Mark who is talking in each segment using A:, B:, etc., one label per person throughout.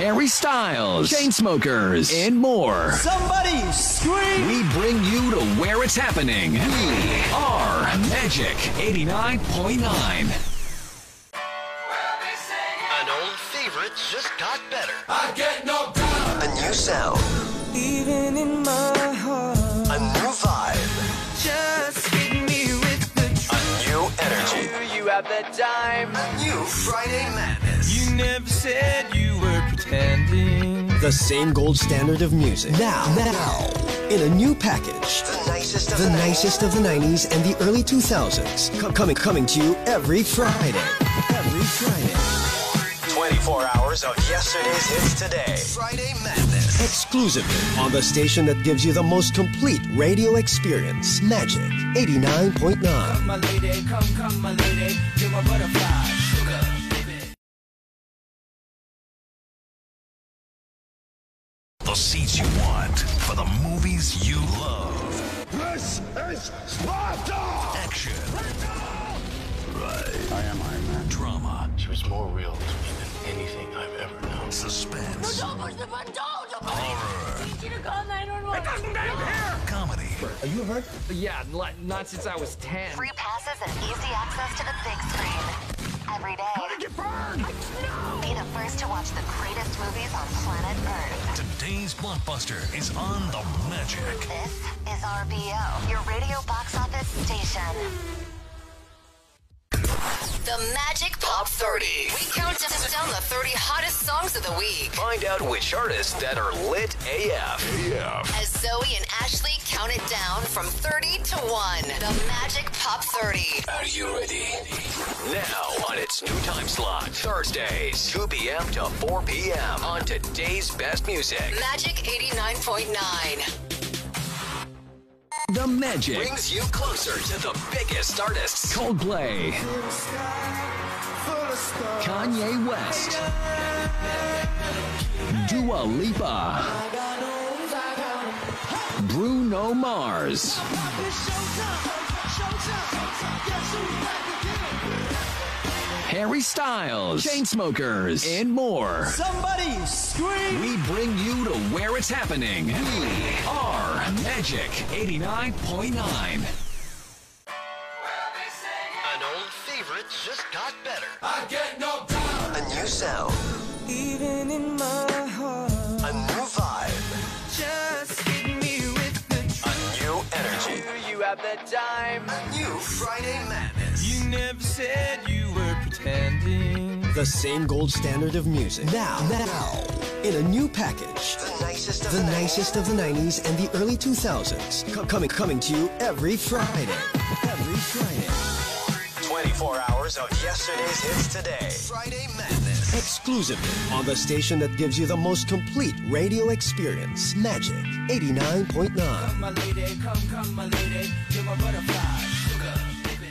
A: Harry Styles, Chainsmokers, and more.
B: Somebody scream!
A: We bring you to where it's happening. We are Magic 89.9.
C: An old favorite just got better.
D: I get no better.
C: A new sound,
E: Even in my heart,
C: a new vibe,
E: just hit me with the truth.
C: a new energy.
B: You have the time.
C: A new Friday Madness.
E: You never said you were pretending.
F: The same gold standard of music. Now, now, in a new package.
C: The nicest of
F: The nicest of the 90s and the early 2000s. Co- coming, coming to you every Friday. Every Friday.
C: 24 hours of yesterday's hits today. Friday Madness.
F: Exclusively on the station that gives you the most complete radio experience. Magic 89.9.
B: My lady, come, come, my lady. You're my butterfly, sugar, baby.
G: The seats you want for the movies you love.
D: This is Sparta!
G: Action. Right. I am Iron Man. Drama.
H: She was more real to me than anything I've ever known.
G: Suspense.
I: Don't push the button! Don't! Don't push
G: Horror.
I: it! You need to call 911!
G: Comedy.
B: Yeah, li- not since I was 10.
J: Free passes and easy access to the big screen. Every day. Be the first to watch the greatest movies on planet Earth.
G: Today's blockbuster is on the magic.
J: This is RBO, your radio box office station.
I: The Magic Pop 30. We count down the 30 hottest songs of the week
C: Find out which artists that are lit AF.
I: as Zoe and Ashley count it down from 30 to 1. The Magic Pop 30.
C: Are you ready? Now on its new time slot, Thursdays, 2 p.m. to 4 p.m. on today's best music.
I: Magic 89.9.
A: The Magic,
C: Brings you closer to the biggest artists.
A: Coldplay, Kanye West, Dua Lipa, Bruno Mars. Harry Styles, Chainsmokers, and more.
B: Somebody scream!
A: We bring you to where it's happening. We are Magic 89.9.
C: An old favorite just got better.
D: I get no better.
C: A new sound,
E: Even in my heart,
C: a new vibe,
E: just hit me with the truth.
C: a new energy.
B: You have the time.
C: A new Friday Madness.
E: You never said you were pretending.
F: The same gold standard of music. Now, now, in a new package.
C: The nicest of
F: The nicest of the 90s and the early 2000s. Co- coming, coming to you every Friday. Every Friday.
C: 24 hours of yesterday's hits today. Friday Madness.
F: Exclusively on the station that gives you the most complete radio experience. Magic 89.9.
B: My lady, come, come, my lady. You're my butterfly, sugar, baby.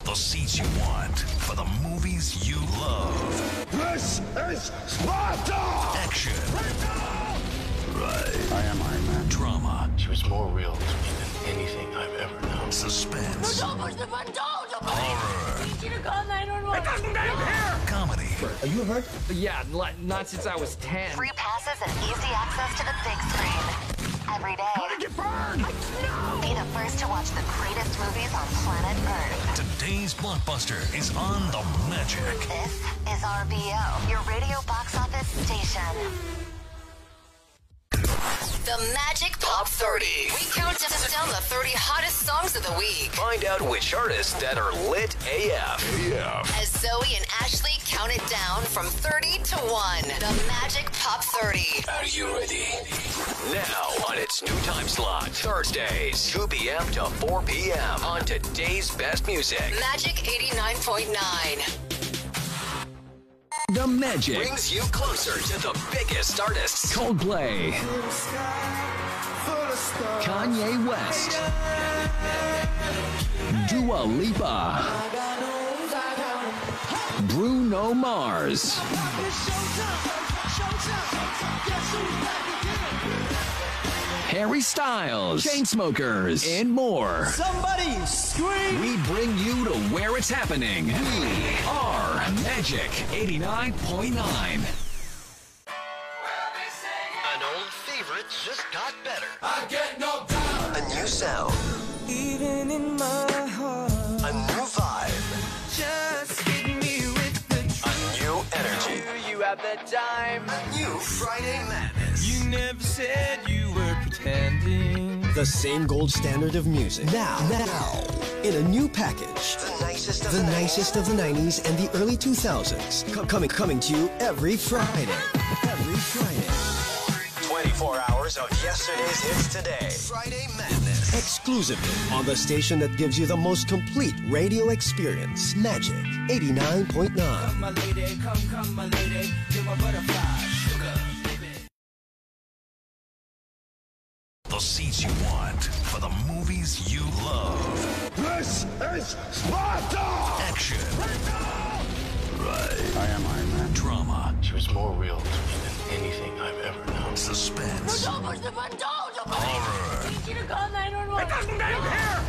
G: The seats you want for the movies you love.
D: This is Sparta!
G: Action. Right. I am Iron Man. Drama.
H: She was more real to me than anything I've ever known.
G: Suspense.
I: Don't push the button! Don't! Don't push
G: Horror.
I: it! You need to call 911!
G: Comedy.
B: Yeah, li- not since I was 10.
J: Free passes and easy access to the big screen. Every day. Be the first to watch the greatest movies on planet Earth.
G: Today's blockbuster is on the magic.
J: This is RBO, your radio box office station.
I: The Magic Pop 30. We count down the 30 hottest songs of the week
C: Find out which artists that are lit AF.
I: as Zoe and Ashley count it down from 30 to 1. The Magic Pop 30.
C: Are you ready? Now on its new time slot, Thursdays, 2 p.m. to 4 p.m. on today's best music.
I: Magic 89.9.
A: The Magic,
C: Brings you closer to the biggest artists.
A: Coldplay, Kanye West, Dua Lipa, Bruno Mars. Harry Styles, Chainsmokers, and more.
K: Somebody scream!
A: We bring you to where it's happening. We are Magic 89.9.
C: An old favorite just got better.
D: I get no doubt.
C: A new sound.
B: Even in my heart,
C: A new vibe.
B: just hit me with the
C: A new energy.
B: You have the time.
C: New Friday Madness.
E: You never said you were pretending.
F: The same gold standard of music. Now, now, in a new package.
C: The nicest of
F: The nicest of the 90s and the early 2000s. Co- coming, coming to you every Friday. Every Friday.
C: 24 hours of yesterday's hits today. Friday Madness.
F: Exclusively on the station that gives you the most complete radio experience. Magic 89.9.
B: Come, my lady, come, come, my lady. You're my butterfly, sugar, baby.
G: The seats you want for the movies you love.
D: This is Sparta!
G: Action. I am Iron Man. Drama.
H: She was more real to me than anything I've ever known.
G: Suspense.
J: Horror. you to call 911.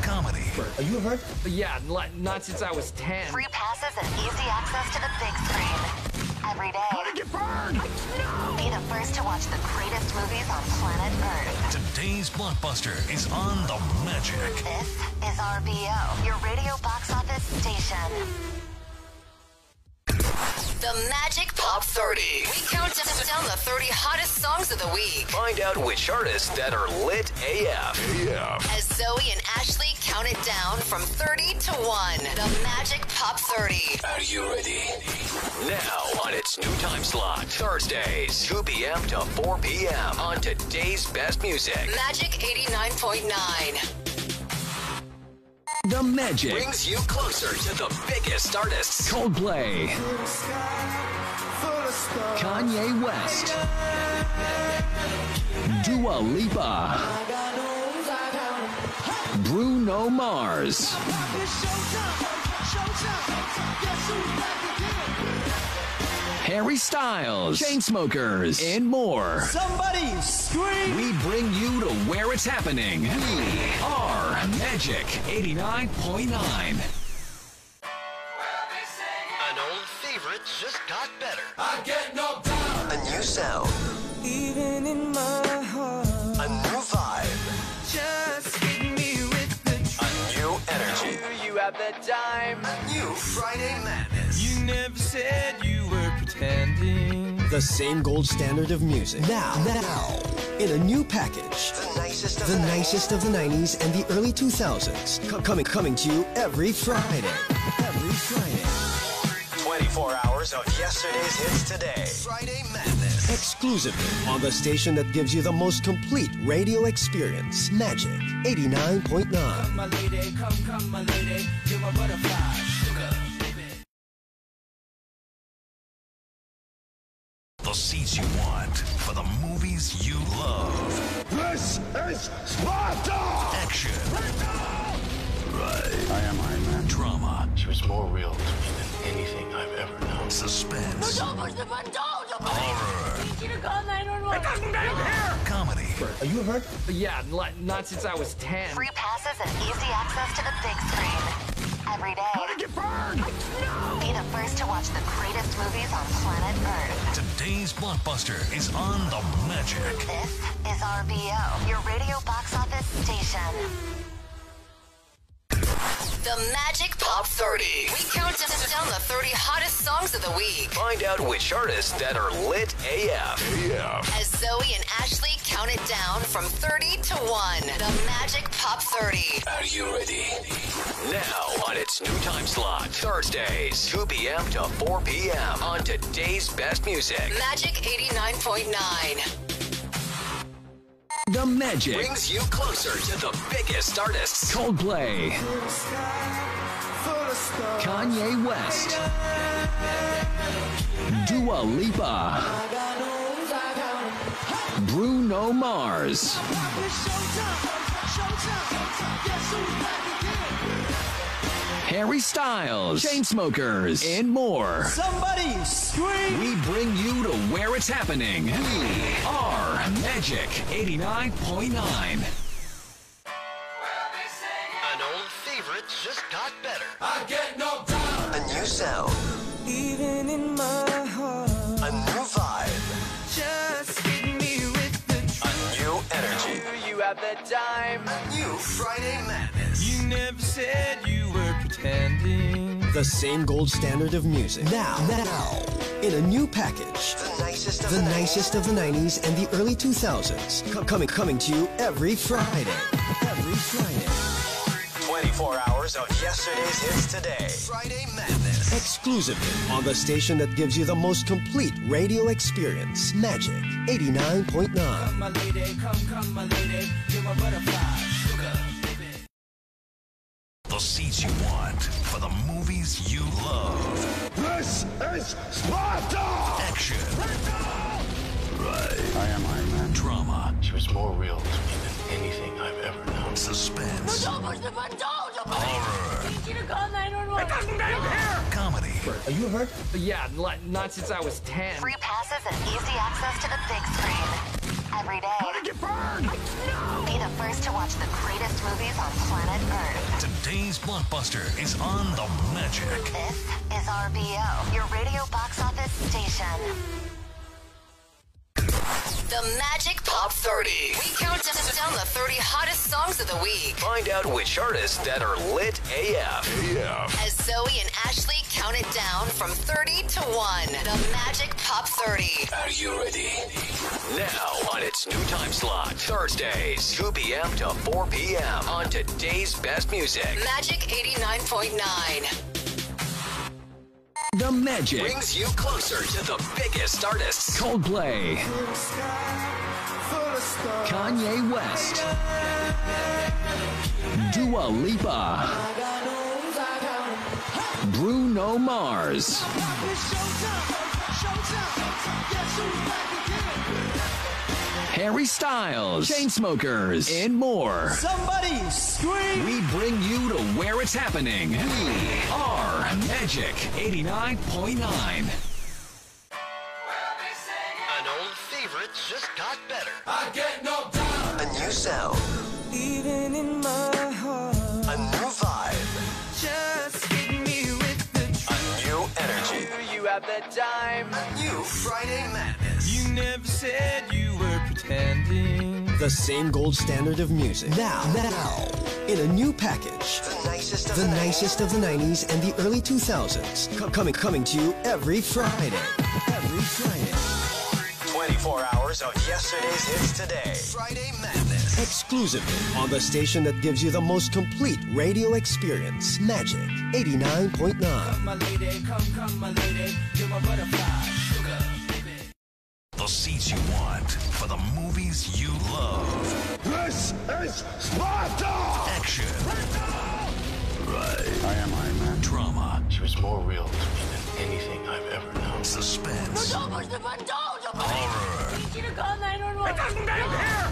G: Comedy.
K: Yeah, li- not since I was 10.
J: Free passes and easy access to the big screen. Every day. Be the first to watch the greatest movies on planet Earth.
G: Today's blockbuster is on the Magic.
J: This is RBO, your radio box office station.
I: The Magic Pop 30. We count down the 30 hottest songs of the week.
C: Find out which artists that are lit AF.
I: As Zoe and Ashley count it down from 30 to 1. The Magic Pop 30.
C: Are you ready? Now on its new time slot, Thursdays, 2 p.m. to 4 p.m. on today's best music.
I: Magic 89.9.
A: The Magic,
C: Brings you closer to the biggest artists.
A: Coldplay, Kanye West, Dua Lipa, Bruno Mars. Harry Styles, Chainsmokers, and more.
K: Somebody scream!
A: We bring you to where it's happening. We are Magic 89.9.
C: An old favorite just got better.
D: I get no doubt.
C: A new sound,
B: Even in my heart,
C: a new vibe,
B: just hit me with
C: a
B: the
C: new energy.
B: You have the time.
C: New Friday Madness.
E: You never said you were pretending.
F: The same gold standard of music. Now, now, in a new package.
C: The nicest of
F: The nicest of the 90s and the early 2000s. Co- coming, coming to you every Friday. Every Friday.
C: 24 hours of yesterday's hits today. Friday Madness.
F: Exclusively on the station that gives you the most complete radio experience. Magic 89.9.
B: Come, my lady, come, come, my lady. You're my butterfly, sugar, baby.
G: The seats you want for the movies you love.
D: This is Sparta!
G: Action. I am Iron Man. Drama.
H: She was more real to me than anything I've ever known.
G: Suspense. Horror.
J: you to call 911.
G: Comedy.
K: Yeah, li- not since I was 10.
J: Free passes and easy access to the big screen. Every day. Be the first to watch the greatest movies on planet Earth.
G: Today's blockbuster is on the Magic.
J: This is RBO, your radio box office station.
I: The Magic Pop 30. We count down the 30 hottest songs of the week.
C: Find out which artists that are lit AF.
I: As Zoe and Ashley count it down from 30 to 1. The Magic Pop 30.
C: Are you ready? Now on its new time slot, Thursdays, 2 p.m. to 4 p.m. on today's best music.
I: Magic 89.9.
A: The Magic,
C: Brings you closer to the biggest artists.
A: Coldplay, Kanye West, Dua Lipa, Bruno Mars. Harry Styles, Chainsmokers, and more.
K: Somebody scream!
A: We bring you to where it's happening. We are Magic 89.9.
C: An old favorite just got better.
D: I get no doubt.
C: A new sound.
B: Even in my heart.
C: A new vibe.
B: Just hit me with
C: A
B: the
C: new energy.
B: You have the time.
C: New Friday Madness.
E: You never said you were pretending.
F: The same gold standard of music. Now, now, in a new package.
C: The nicest of
F: The nicest of the 90s and the early 2000s. Co- coming, coming to you every Friday. Every Friday.
C: 24 hours of yesterday's hits today. Friday Madness.
F: Exclusively on the station that gives you the most complete radio experience. Magic 89.9.
B: Come, my lady. Come, come, my lady. You're my butterfly. Sugar.
G: The seats you want for the movies you love.
D: This is Sparta!
G: Action,
H: I am Iron Man.
G: drama,
H: She was more real to me than anything I've ever known.
G: suspense, horror, comedy.
K: Are you hurt? Yeah, li- not since I was 10.
J: Free passes and easy access to the big screen. Every day. Be the first to watch the greatest movies on planet Earth.
G: Today's blockbuster is on the Magic.
J: This is RBO, your radio box office station.
I: The Magic Pop 30. We count down the 30 hottest songs of the week.
C: Find out which artists that are lit AF.
I: As Zoe and Ashley count it down from 30 to 1. The Magic Pop 30.
C: Are you ready? Now on its new time slot, Thursdays, 2 p.m. to 4 p.m. on today's best music.
I: Magic 89.9.
A: The Magic,
C: Brings you closer to the biggest artists.
A: Coldplay, Kanye West, Dua Lipa, Bruno Mars. Harry Styles, Chainsmokers, and more.
K: Somebody scream!
A: We bring you to where it's happening. We are Magic 89.9.
C: An old favorite just got better.
D: I get no doubt.
C: A new sound,
B: Even in my heart.
C: a new vibe,
B: Just hit me with the
C: a new energy.
B: You have the time.
C: New Friday Madness.
E: You never said you were pretending.
F: The same gold standard of music. Now, now, in a new package.
C: The nicest of
F: The nicest of the 90s and the early 2000s. Co- coming, coming to you every Friday. Every Friday.
C: 24 hours of yesterday's hits today. Friday Madness.
F: Exclusively on the station that gives you the most complete radio experience. Magic 89.9.
B: Come, my lady. Come, come, my lady. You're my butterfly. Sugar.
G: The seats you want for the movies you love.
D: This is Sparta!
G: Action,
H: I am Iron Man.
G: drama,
H: She was more real to me than anything I've ever known.
G: suspense, horror,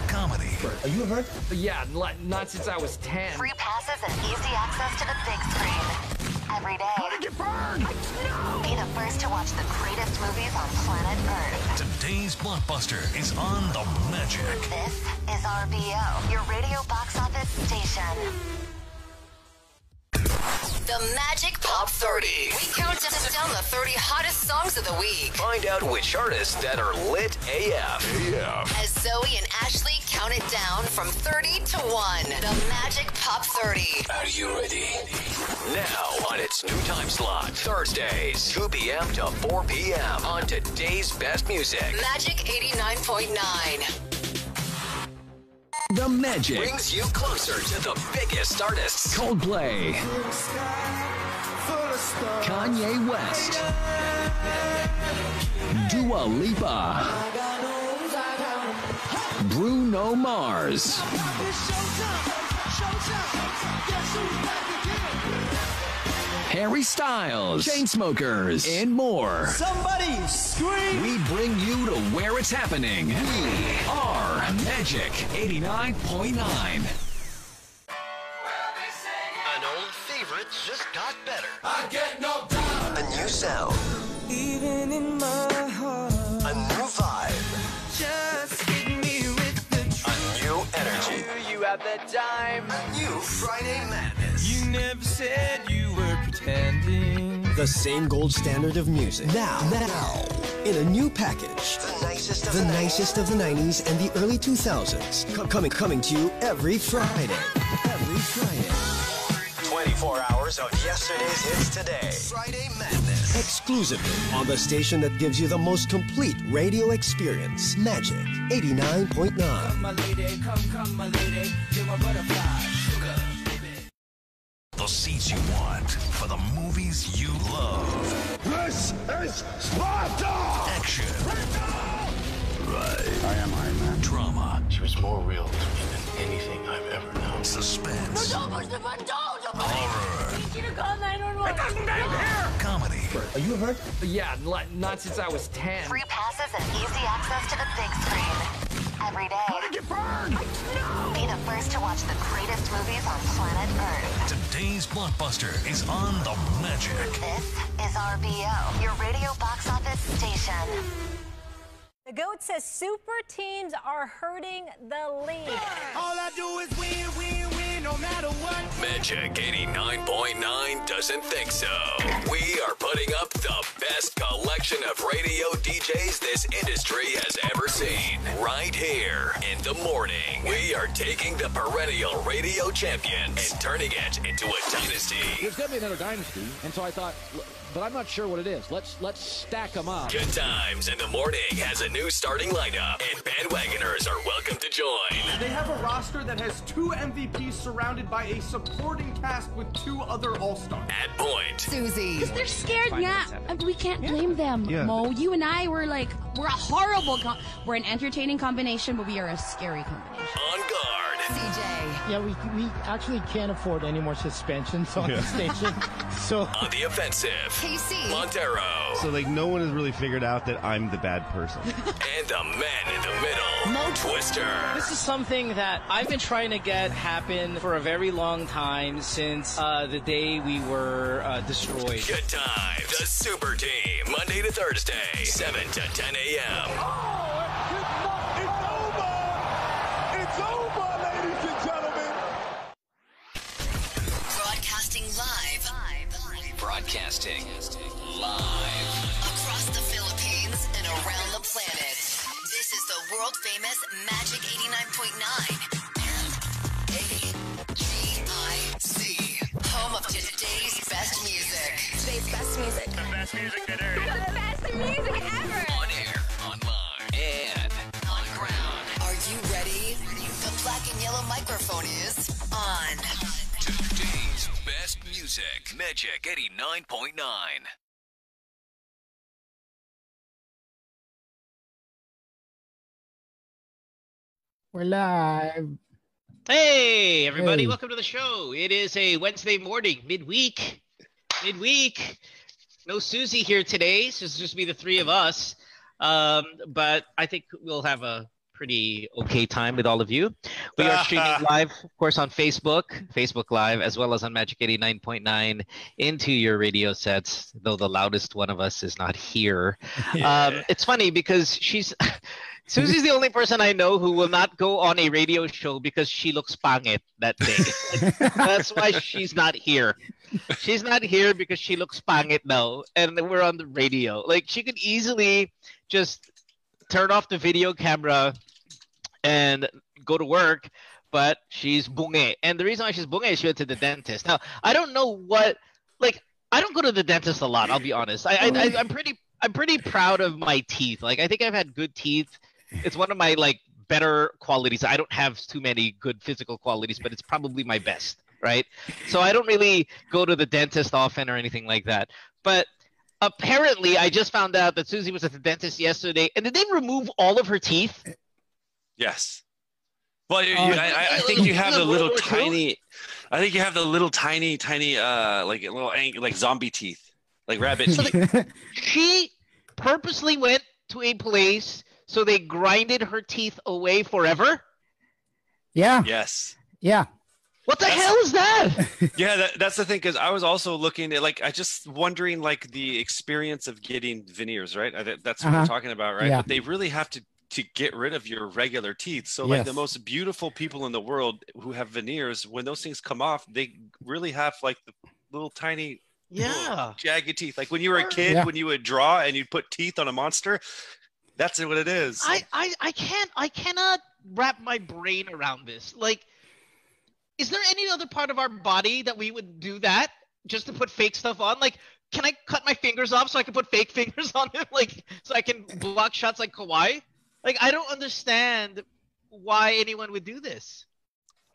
G: comedy.
K: Are you hurt? Yeah, li- not since I was 10.
J: Free passes and easy access to the big screen. Every day. Be the first to watch the greatest movies on planet Earth.
G: Today's blockbuster is on the Magic.
J: This is RBO, your radio box office station.
I: The Magic Pop 30. We count down the 30 hottest songs of the week.
C: Find out which artists that are lit AF.
I: As Zoe and Ashley count it down from 30 to 1. The Magic Pop 30.
C: Are you ready? Now on its new time slot, Thursdays, 2 p.m. to 4 p.m. on today's best music.
I: Magic 89.9.
A: The Magic,
C: Brings you closer to the biggest artists.
A: Coldplay, Kanye West, Dua Lipa, Bruno Mars. Harry Styles, Chainsmokers, and more.
K: Somebody scream!
A: We bring you to where it's happening. We are Magic 89.9.
C: An old favorite just got
F: new sound,
B: Even in my heart,
F: a new vibe,
B: just hit me with the
F: a new energy.
E: You have the time.
F: New Friday Madness.
E: You never said you were pretending.
F: The same gold standard of music. Now, now, in a new package. The nicest of the, nicest of the 90s and the early 2000s. Co- coming, coming to you every Friday. Every Friday.
C: 24 hours of yesterday's hits today.
F: Friday Madness. Exclusively on the station that gives you the most complete radio experience. Magic 89.9.
B: Come, my lady, come, come, my lady, you're my butterfly, sugar, baby.
G: The seats you want for the movies you love.
D: This is Sparta!
G: Action,
H: I am Iron Man.
G: drama,
H: She was more real to me than anything I've ever known.
G: suspense, horror, comedy.
F: Are you a hurt?
K: Yeah, li- not since I was 10.
J: Free passes and easy access to the big screen. Every day. Be the first to watch the greatest movies on planet Earth.
G: Today's blockbuster is on the magic.
J: This is RBO, your radio box office station.
L: The GOAT says super teams are hurting the league.
B: All I do is win, win, win, no matter what.
C: Magic 89.9 doesn't think so. We are putting up the best collection of radio DJs this industry has ever seen. Right here in the morning, we are taking the perennial radio champions and turning it into a dynasty.
M: There's going to be another dynasty, and so I thought, l- but I'm not sure what it is. Let's let's stack them up.
C: Good Times in the Morning has a new starting lineup, and bandwagoners are welcome to join.
N: They have a roster that has two MVPs surrounded by a supporting cast with two other All Stars.
C: At point,
I: Susie.
O: Because they're scared now. We can't blame them, Mo. You and I were like, we're a horrible, com- we're an entertaining combination, but we are a scary combination.
C: on guard,
I: CJ.
P: Yeah, we, we actually can't afford any more suspensions on the station. So
C: on the offensive,
I: KC.
C: Montero,
Q: So like no one has really figured out that I'm the bad person.
C: and the man in the middle, Mo Twister.
R: This is something that I've been trying to get happen for a very long time since uh, the day we were uh, destroyed.
C: Good times. The Super Team, Monday to Thursday, 7 to 10 a.m.
I: Broadcasting live.
C: Broadcasting live.
I: Across the Philippines and around the planet. This is the world famous Magic 89.9. M-A-G-I-C. Home of today's best music. Today's best music. The best music today. The best music ever.
C: On air, online, and on ground.
I: Are you ready? The black and yellow microphone is on.
C: Today's best music, Magic 89.9.
P: we're live.
R: Hey, everybody,
P: Hey.
R: welcome to the show. It is a Wednesday morning, midweek. Midweek. No Susie here today, so it's just be the three of us. Um, but I think we'll have a pretty okay time with all of you. We are streaming live, of course, on Facebook, Facebook Live, as well as on Magic 89.9 into your radio sets, though the loudest one of us is not here. Um, it's funny because she's. Susie's the only person I know who will not go on a radio show because she looks pangit that day. That's why she's not here. She's not here because she looks pangit now, and we're on the radio. Like she could easily just turn off the video camera and go to work, but she's bunge. And the reason why she's bunge is she went to the dentist. Now I don't know what like I don't go to the dentist a lot. I'll be honest. I, I, I I'm pretty I'm pretty proud of my teeth. Like I think I've had good teeth. It's one of my like better qualities. I don't have too many good physical qualities, but it's probably my best, right? So I don't really go to the dentist often or anything like that. But apparently, I just found out that Susie was at the dentist yesterday, and did they remove all of her teeth?
S: Yes. Well, you, you, I, I- I think you have the little tiny. I think you have the little tiny, tiny, uh, like little ang- like zombie teeth, like rabbit
R: So
S: teeth.
R: She purposely went to a place so they grinded her teeth away forever.
P: Yeah,
S: yes.
P: yeah.
R: What the hell is that?
S: yeah, that, that's the thing because I was also looking at like I just wondering like the experience of getting veneers, right? I, that- that's what
T: Uh-huh.
S: we're talking about, right?
T: Yeah.
S: But they really have to to get rid of your regular teeth. So like the
T: Yes.
S: most beautiful people in the world who have veneers, when those things come off, they really have like the little tiny
R: yeah
S: jagged teeth. Like when you were a kid,
R: Yeah.
S: when you would draw and you'd put teeth on a monster, that's what it is.
R: I, I, I can't I cannot wrap my brain around this. Like, is there any other part of our body that we would do that just to put fake stuff on? Like, can I cut my fingers off so I can put fake fingers on it? Like, so I can block shots like Kawhi? Like, I don't understand why anyone would do this.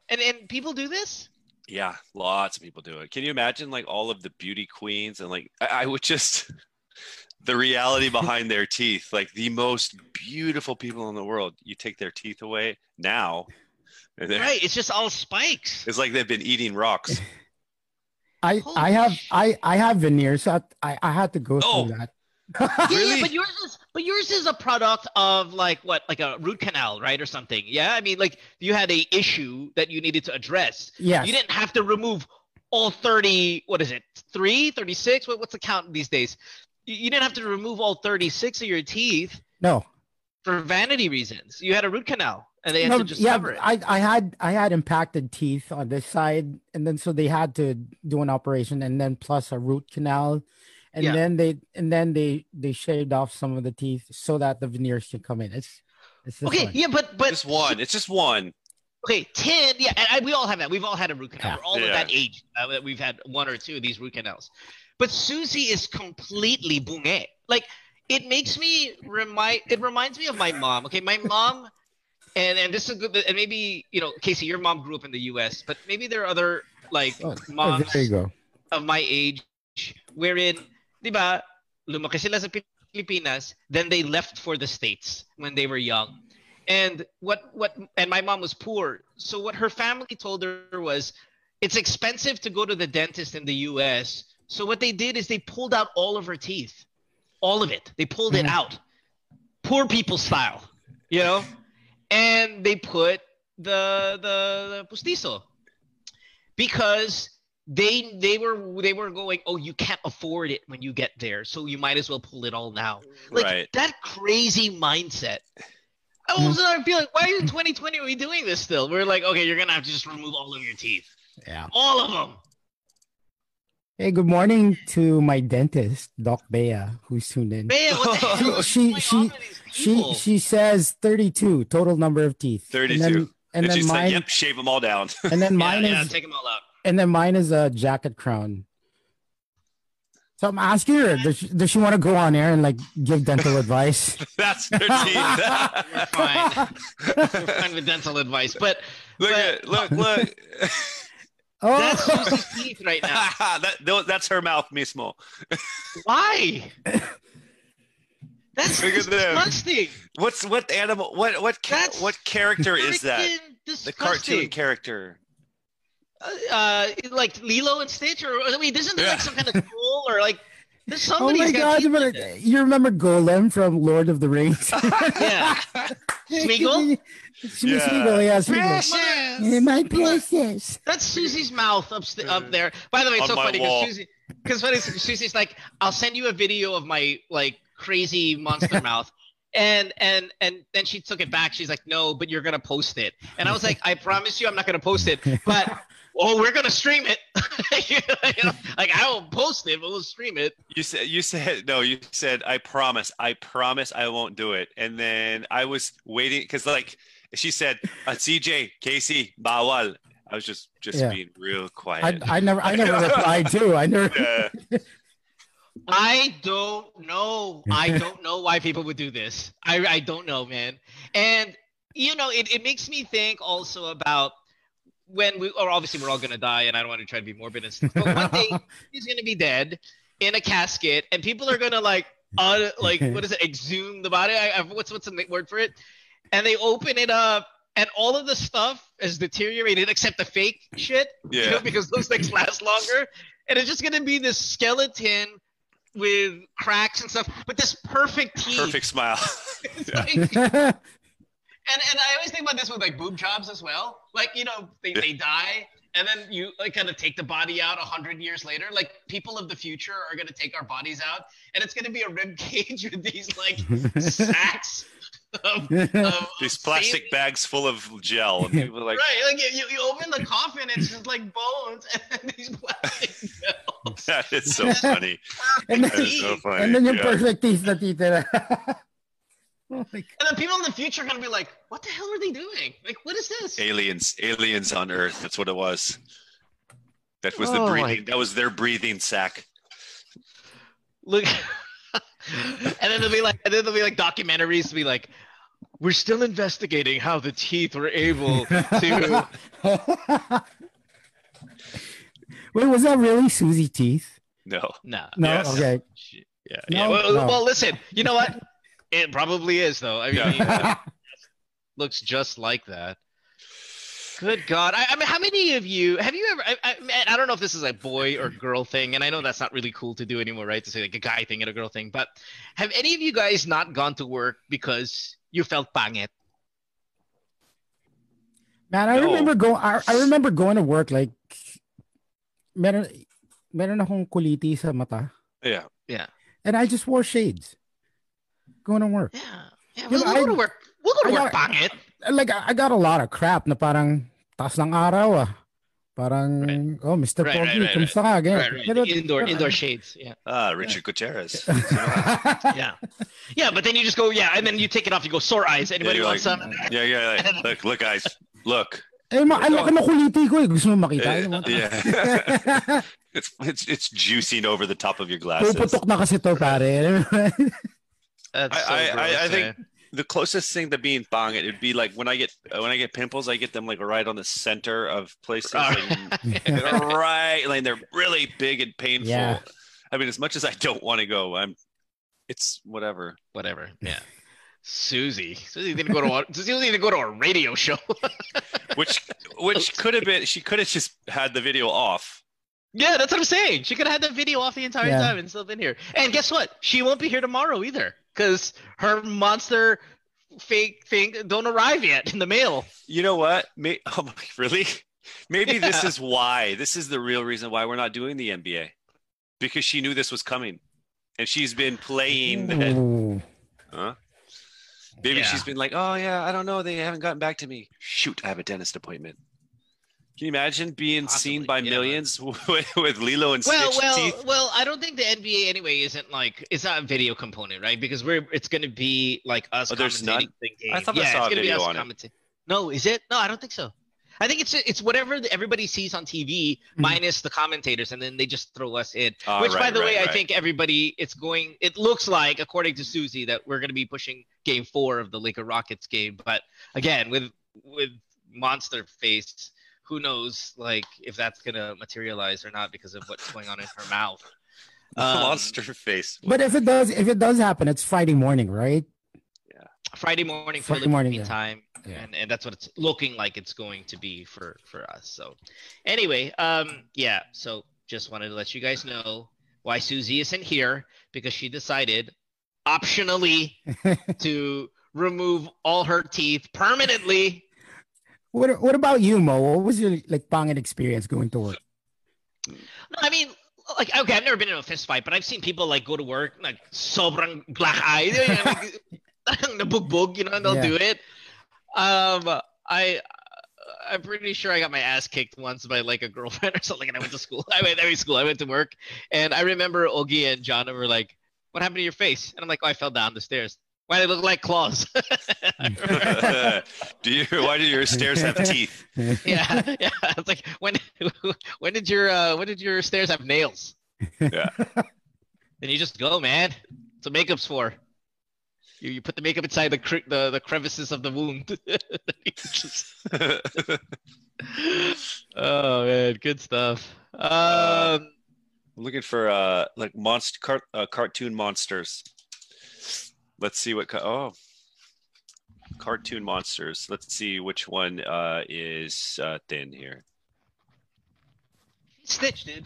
R: And and people do this?
S: Yeah, lots of people do it. Can you imagine like all of the beauty queens and like I, I would just the reality behind their teeth, like the most beautiful people in the world. You take their teeth away now, and they're-
R: Right? It's just all spikes.
S: it's like they've been eating rocks.
T: I I have I I have veneers. So I I had to go
S: Oh.
T: through that.
R: Yeah, yeah, but yours is but yours is a product of like what, like a root canal, right, or something. Yeah, I mean, like you had a issue that you needed to address.
T: Yes.
R: you didn't have to remove all thirty. What is it? Three, 36? What, what's the count these days? You, you didn't have to remove all thirty-six of your teeth
T: No,
R: for vanity reasons. You had a root canal, and they had
T: no,
R: to just
T: yeah.
R: cover it.
T: I I had I had impacted teeth on this side, and then so they had to do an operation, and then plus a root canal, and
R: Yeah.
T: then they and then they they shaved off some of the teeth so that the veneers can come in. It's it's this
R: okay,
T: one.
R: yeah, but but
S: Just one. It's just one.
R: Okay, ten. Yeah, and I, we all have that. We've all had a root canal. We're all
S: Yeah.
R: at that age uh, that we've had one or two of these root canals. But Susie is completely bungé. Like it makes me remind. It reminds me of my mom. Okay, my mom, and and this is good. And maybe you know, Casey, your mom grew up in the U.S., but maybe there are other like
T: Oh,
R: moms
T: there you go.
R: of my age wherein, di ba, lumaki sila sa Pilipinas, then they left for the States when they were young. And what what and my mom was poor. So what her family told her was it's expensive to go to the dentist in the US. So what they did is they pulled out all of her teeth. All of it. They pulled
T: Mm.
R: it out. Poor people style, you know? And they put the the, the postizo because they they were they were going oh you can't afford it when you get there so you might as well pull it all now like
S: Right.
R: that crazy mindset i was I feel like why are you in 2020 are we doing this still we're like okay you're gonna have to just remove all of your teeth
T: yeah
R: all of them
T: Hey, good morning to my dentist, Doc Bea, who's tuned in.
R: Bea, what the hell is
T: she she she she says 32 total number of teeth.
S: Thirty-two.
T: And then, and then
S: she's
T: mine
S: like, "Yep, shave them all down."
T: and then mine
S: yeah,
T: is
S: take 'em
R: all out.
T: and then mine is a jacket crown. So I'm asking her, does she, does she want to go on air and like give dental advice?
S: That's their teeth.
R: we're fine we're fine with dental advice but
S: look at look look.
R: that's Susie's teeth right now
S: that, tho- that's her mouth, mismo.
R: Why? That's
S: Look at them.
R: disgusting.
S: What's what animal? What what ca- what character is that?
R: freaking
S: The cartoon
R: disgusting.
S: character.
R: uh like lilo and stitch or or- wait isn't there like some kind of troll or like there's
T: Oh
R: somebody's
T: my
R: got
T: god,
R: teeth
T: you,
R: like
T: remember- you remember Golem from Lord of the Rings?
R: that. yeah Smeagol?
T: Smeagol, Oh, yeah, Smeagol. In my places.
R: That's Susie's mouth up, st- up there. By the way, it's
T: On
R: so
T: my
R: funny
T: wall.
R: because Susie, because funny, Susie's like, I'll send you a video of my like crazy monster mouth. And and and then she took it back. She's like, "No, but you're gonna post it." And I was like, "I promise you, I'm not gonna post it." But oh, we're gonna stream it. You know, like I won't post it, but we'll stream it.
S: You said you said no. You said I promise. I promise I won't do it. And then I was waiting because like she said, uh, CJ Casey Bawal. I was just just
T: Yeah.
S: being real
T: I,
S: quiet.
T: I never I never replied to. I never
S: Yeah.
R: I don't know. I don't know why people would do this. I, I don't know, man. And you know, it, it makes me think also about when we or obviously we're all gonna die and I don't want to try to be morbid and stuff, but one day he's gonna be dead in a casket and people are gonna like uh like what is it, exhume the body? I, I, what's what's the word for it? And they open it up and all of the stuff is deteriorated except the fake shit. You
S: Yeah.
R: know, because those things last longer. And it's just gonna be this skeleton with cracks and stuff, but this perfect teeth.
S: Perfect smile.
R: And and I always think about this with like boob jobs as well. Like you know they, they die and then you like kind of take the body out a hundred years later. Like people of the future are gonna take our bodies out, and it's gonna be a rib cage with these like sacks of, of
S: These plastic bags full of gel, and people are like,
R: um, right, like you, you open the coffin, it's just like bones and these plastic.
S: "That is so funny."
T: and
S: That is so funny.
T: and then yung
S: yeah.
T: perfect teeth na titira.
R: And then people in the future are gonna be like, "What the hell are they doing? Like, what is this?"
S: aliens, aliens on Earth. That's what it was. That was
R: Oh,
S: the
R: my
S: breathing. That was their breathing sack.
R: Look, and then they'll be like, and then they'll be like documentaries to be like, "We're still investigating how the teeth were able to."
T: Wait, was that really Susie Teeth?
S: No.
R: No.
T: No? Okay.
S: Yeah.
R: yeah.
T: No?
R: Well,
T: No.
R: well, listen. You know what? It probably is though. I mean,
T: Yeah.
R: looks just like that. Good God! I, I mean, how many of you have you ever? I, I, man, I don't know if this is a boy or girl thing, and I know that's not really cool to do anymore, right? To say like a guy thing and a girl thing. But have any of you guys not gone to work because you felt pangit?
T: Man, I remember going I, I remember going to work like meron meron akong kuliti sa mata
S: Yeah.
R: Yeah.
T: and I just wore shades going to work.
R: Yeah,
T: You
R: we'll,
T: know,
R: we'll go
T: I-
R: to work. We'll go to
T: I
R: work.
T: got-
R: Pangit.
T: Like I I got a lot of crap na parang taas ng araw ah. Parang oh Mr.
S: Right,
T: Pogi,
S: right, right,
T: kumusta ka? Ganyan.
R: Right, right.
T: Pero-
R: Indoor, indoor shades. Yeah.
S: Ah, Richard Gutierrez.
R: yeah. Yeah, but then you just go, yeah, and then you take it off. You go, sore eyes.
S: Yeah,
R: Anybody
S: you're
R: want
S: like,
R: some?
S: yeah, yeah. like, look, look, guys, look.
T: Eh, ma- ang laki ng kuliti ko eh. Gusto mo makita?
S: Eh,
T: Ano mo?
S: yeah. it's it's it's juicing over the top of your glasses.
T: Puputok na kasi to, pare.
R: That's eh?
S: I, I, I, I think the closest thing to being bong it would be like when I get when I get pimples, I get them like right on the center of places, like, they're right? Like they're really big and painful.
R: Yeah.
S: I mean, as much as I don't want to go, I'm. It's whatever.
R: Whatever. Yeah. Susie. Susie didn't go to a, Susie didn't go to a radio show.
S: Which which could have been she could have just had the video off.
R: yeah, that's what I'm saying. She could have had that video off the entire
S: Yeah.
R: time and still been here. And guess what? She won't be here tomorrow either because her monster fake thing don't arrive yet in the mail.
S: You know what? May, oh my, really? Maybe this
R: Yeah.
S: is why. This is the real reason why we're not doing the NBA, because she knew this was coming, and she's been playing that.
T: Ooh.
S: Huh? Maybe
R: Yeah.
S: she's been like, "Oh yeah, I don't know. They haven't gotten back to me. Shoot, I have a dentist appointment." Can you imagine being seen by millions with, with Lilo and
R: well,
S: Stitch
R: well,
S: teeth?
R: well. I don't think the NBA anyway isn't like it's not a video component, right? Because we're it's going to be like us.
S: Oh, there's
R: commentating
S: none?
R: the game.
S: I thought I
R: yeah,
S: saw
R: it's
S: a
R: gonna
S: video
R: be us
S: on it.
R: commenta- No, is it? No, I don't think so. I think it's it's whatever the, everybody sees on TV minus the commentators, and then they just throw us in.
S: Mm-hmm. Ah,
R: Which, by
S: right,
R: the way,
S: right,
R: I
S: right.
R: think everybody it's going. It looks like, according to Susie, that we're going to be pushing Game Four of the Laker Rockets game. But again, with with monster face, who knows? Like if that's going to materialize or not because of what's going on in her mouth. Um,
S: Monster face.
T: But if it does, if it does happen, it's Friday morning, right?
R: Friday morning,
T: Friday
R: Friday
T: morning,
R: morning
T: yeah.
R: time, and, and that's what it's looking like it's going to be for for us. So, anyway, um, yeah. So just wanted to let you guys know why Susie isn't here because she decided optionally to remove all her teeth permanently.
T: What What about you, Mo? What was your like pangit experience going to work?
R: No, I mean, like, okay, I've never been in a fist fight, but I've seen people like go to work like sobrang black eye, you know, like, nabugbog, you know, and they'll
T: Yeah.
R: do it. Um, I. I'm pretty sure I got my ass kicked once by like a girlfriend or something, and I went to school. I went, I went to school. I went to work, and I remember Ogie and John were like, "What happened to your face?" And I'm like, "Oh, I fell down the stairs. Why do they look like claws?"
S: Do you? Why do your stairs have teeth?
R: yeah, yeah. It's like when when did your uh, when did your stairs have nails?
S: Yeah.
R: Then you just go, man. That's what makeup's for. You you put the makeup inside the cre- the, the crevices of the wound. You just- oh man, good stuff. Um,
S: I'm looking for uh like monster car- uh, cartoon monsters. Let's see what ca- oh cartoon monsters. Let's see which one uh is uh thin here.
R: Stitch, dude.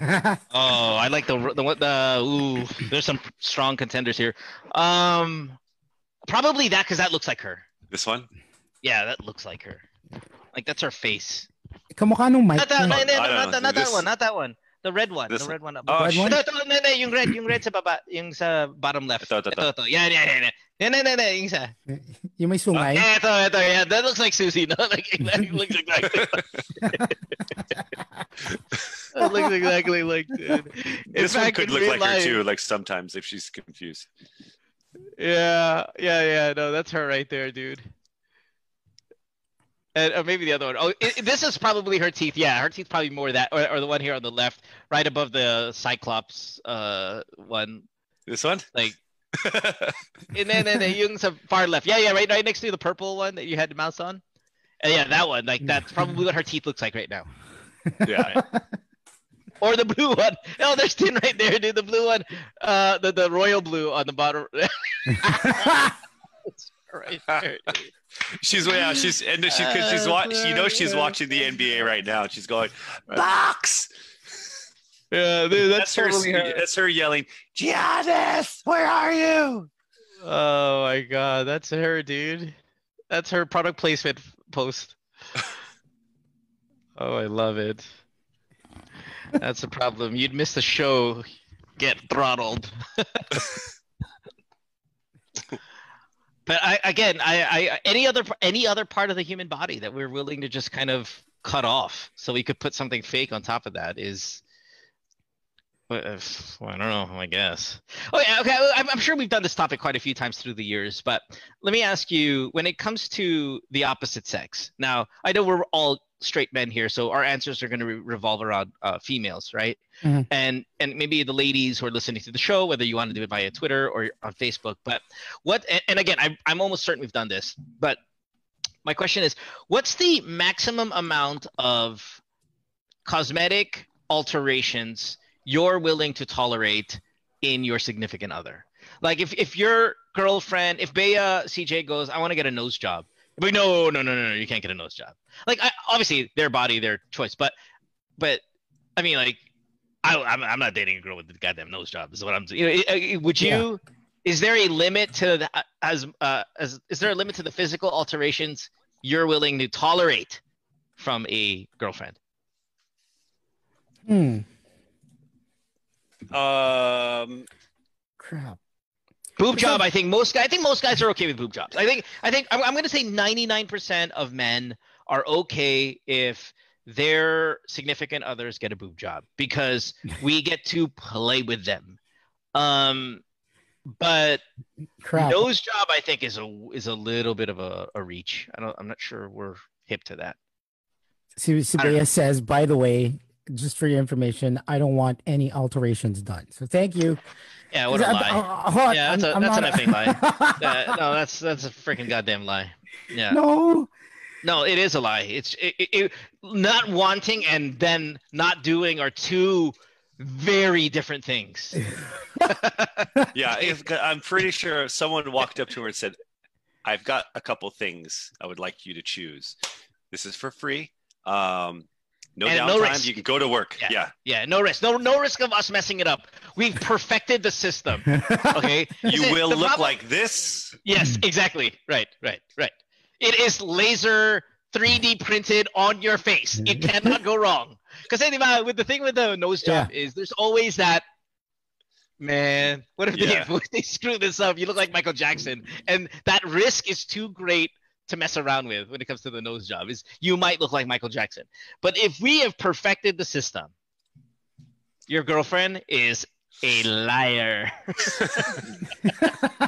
R: Oh, I like the the one the ooh. There's some strong contenders here. Um, probably that because that looks like her.
S: This one?
R: Yeah, that looks like her. Like that's her face.
T: Kamukha nung Mike.
R: Not that, no,
T: niya.
R: no, no, not, that- not that
S: This-
R: one, not that one. The red one,
S: This
R: the red one. up
S: Oh,
R: above.
S: shit.
R: Ito, ito, no, no, yung red, yung red sa baba, yung sa bottom left. Ito, ito, ito. Yeah, yeah, yeah, yeah. Yeah, no, no, no, yung isa.
T: Yung may sungay.
R: Yeah, Eh, ito, ito, yeah. That looks like Susie, no? Like, that looks exactly like That looks exactly like dude. In
S: this one
R: fact,
S: could
R: in
S: look
R: real
S: like her
R: life-
S: too. Like sometimes if she's confused.
R: Yeah, yeah, yeah. No, that's her right there, dude. And or maybe the other one. Oh, i this is probably her teeth. Yeah, her teeth probably more that, or, or the one here on the left, right above the Cyclops uh one.
S: This one?
R: Like. and then, and then yung sa far left. Yeah, yeah, right, right next to the purple one that you had the mouse on. And yeah, that one. Like that's probably what her teeth looks like right now.
S: Yeah.
R: Or the blue one. Oh, there's Tin right there, dude. The blue one. Uh, the the royal blue on the bottom. right there. dude.
S: She's yeah, she's and she cause
R: Uh,
S: she's wa- she knows she's watching the NBA right now. and She's going box.
R: Yeah, dude,
S: that's,
R: totally
S: her,
R: her.
S: That's her yelling.
R: Giannis, where are you? Oh my god, that's her, dude. That's her product placement f- post. oh, I love it. That's the problem. You'd miss the show, get throttled. but I, again, I, I any other any other part of the human body that we're willing to just kind of cut off, so we could put something fake on top of that is. But if, well, I don't know. I guess. Oh yeah. Okay. well, I'm, I'm sure we've done this topic quite a few times through the years, but let me ask you: when it comes to the opposite sex, now I know we're all straight men here, so our answers are going to re- revolve around uh, females, right?
T: Mhm.
R: And and maybe the ladies who are listening to the show, whether you want to do it via Twitter or on Facebook, but what? And, and again, I'm I'm almost certain we've done this, but my question is: what's the maximum amount of cosmetic alterations you're willing to tolerate in your significant other. Like if if your girlfriend, if Bea CJ goes, I want to get a nose job. But no, no, no, no, no, you can't get a nose job. Like I, obviously their body, their choice, but but I mean like I I'm, I'm not dating a girl with a goddamn nose job. Is what I'm you know, it- it- would you is there a limit to the as uh, as is there a limit to the physical alterations you're willing to tolerate from a girlfriend?
T: Hmm.
S: Um,
T: Crap.
R: Boob job. I think most guys. I think most guys are okay with boob jobs. I think. I think. I'm, I'm going to say 99% of men are okay if their significant others get a boob job because we get to play with them. Um, but
T: Crap.
R: nose job, I think, is a is a little bit of a, a reach. I don't. I'm not sure we're hip to that.
T: Si, si
R: I don't
T: Bea
R: know.
T: says, by the way, just for your information, I don't want any alterations done. So thank you.
R: Yeah, what a
T: I-
R: lie.
T: I- I- hold on,
R: yeah, that's, a,
T: I'm- I'm
R: that's an
T: not-
R: effing lie. Uh, no, that's that's a freaking goddamn lie. Yeah.
T: No.
R: No, it is a lie. It's it, it, it- not wanting and then not doing are two very different things.
S: yeah, if, I'm pretty sure someone walked up to her and said, "I've got a couple things I would like you to choose. This is for free. Um, no
R: And no
S: downtime.
R: risk.
S: you can go to work. Yeah,
R: Yeah, no risk. No no risk of us messing it up. We've perfected the system. Okay?
S: you
R: That's it.
S: will
R: The
S: look
R: problem-
S: like this.
R: Yes, exactly. Right, right, right. It is laser 3D printed on your face. It cannot go wrong. Because anyway, with the thing with the nose job is there's always that man. What if,
S: Yeah.
R: they, what if they screw this up? You look like Michael Jackson, and that risk is too great to mess around with when it comes to the nose job. Is you might look like Michael Jackson, but if we have perfected the system, your girlfriend is a liar.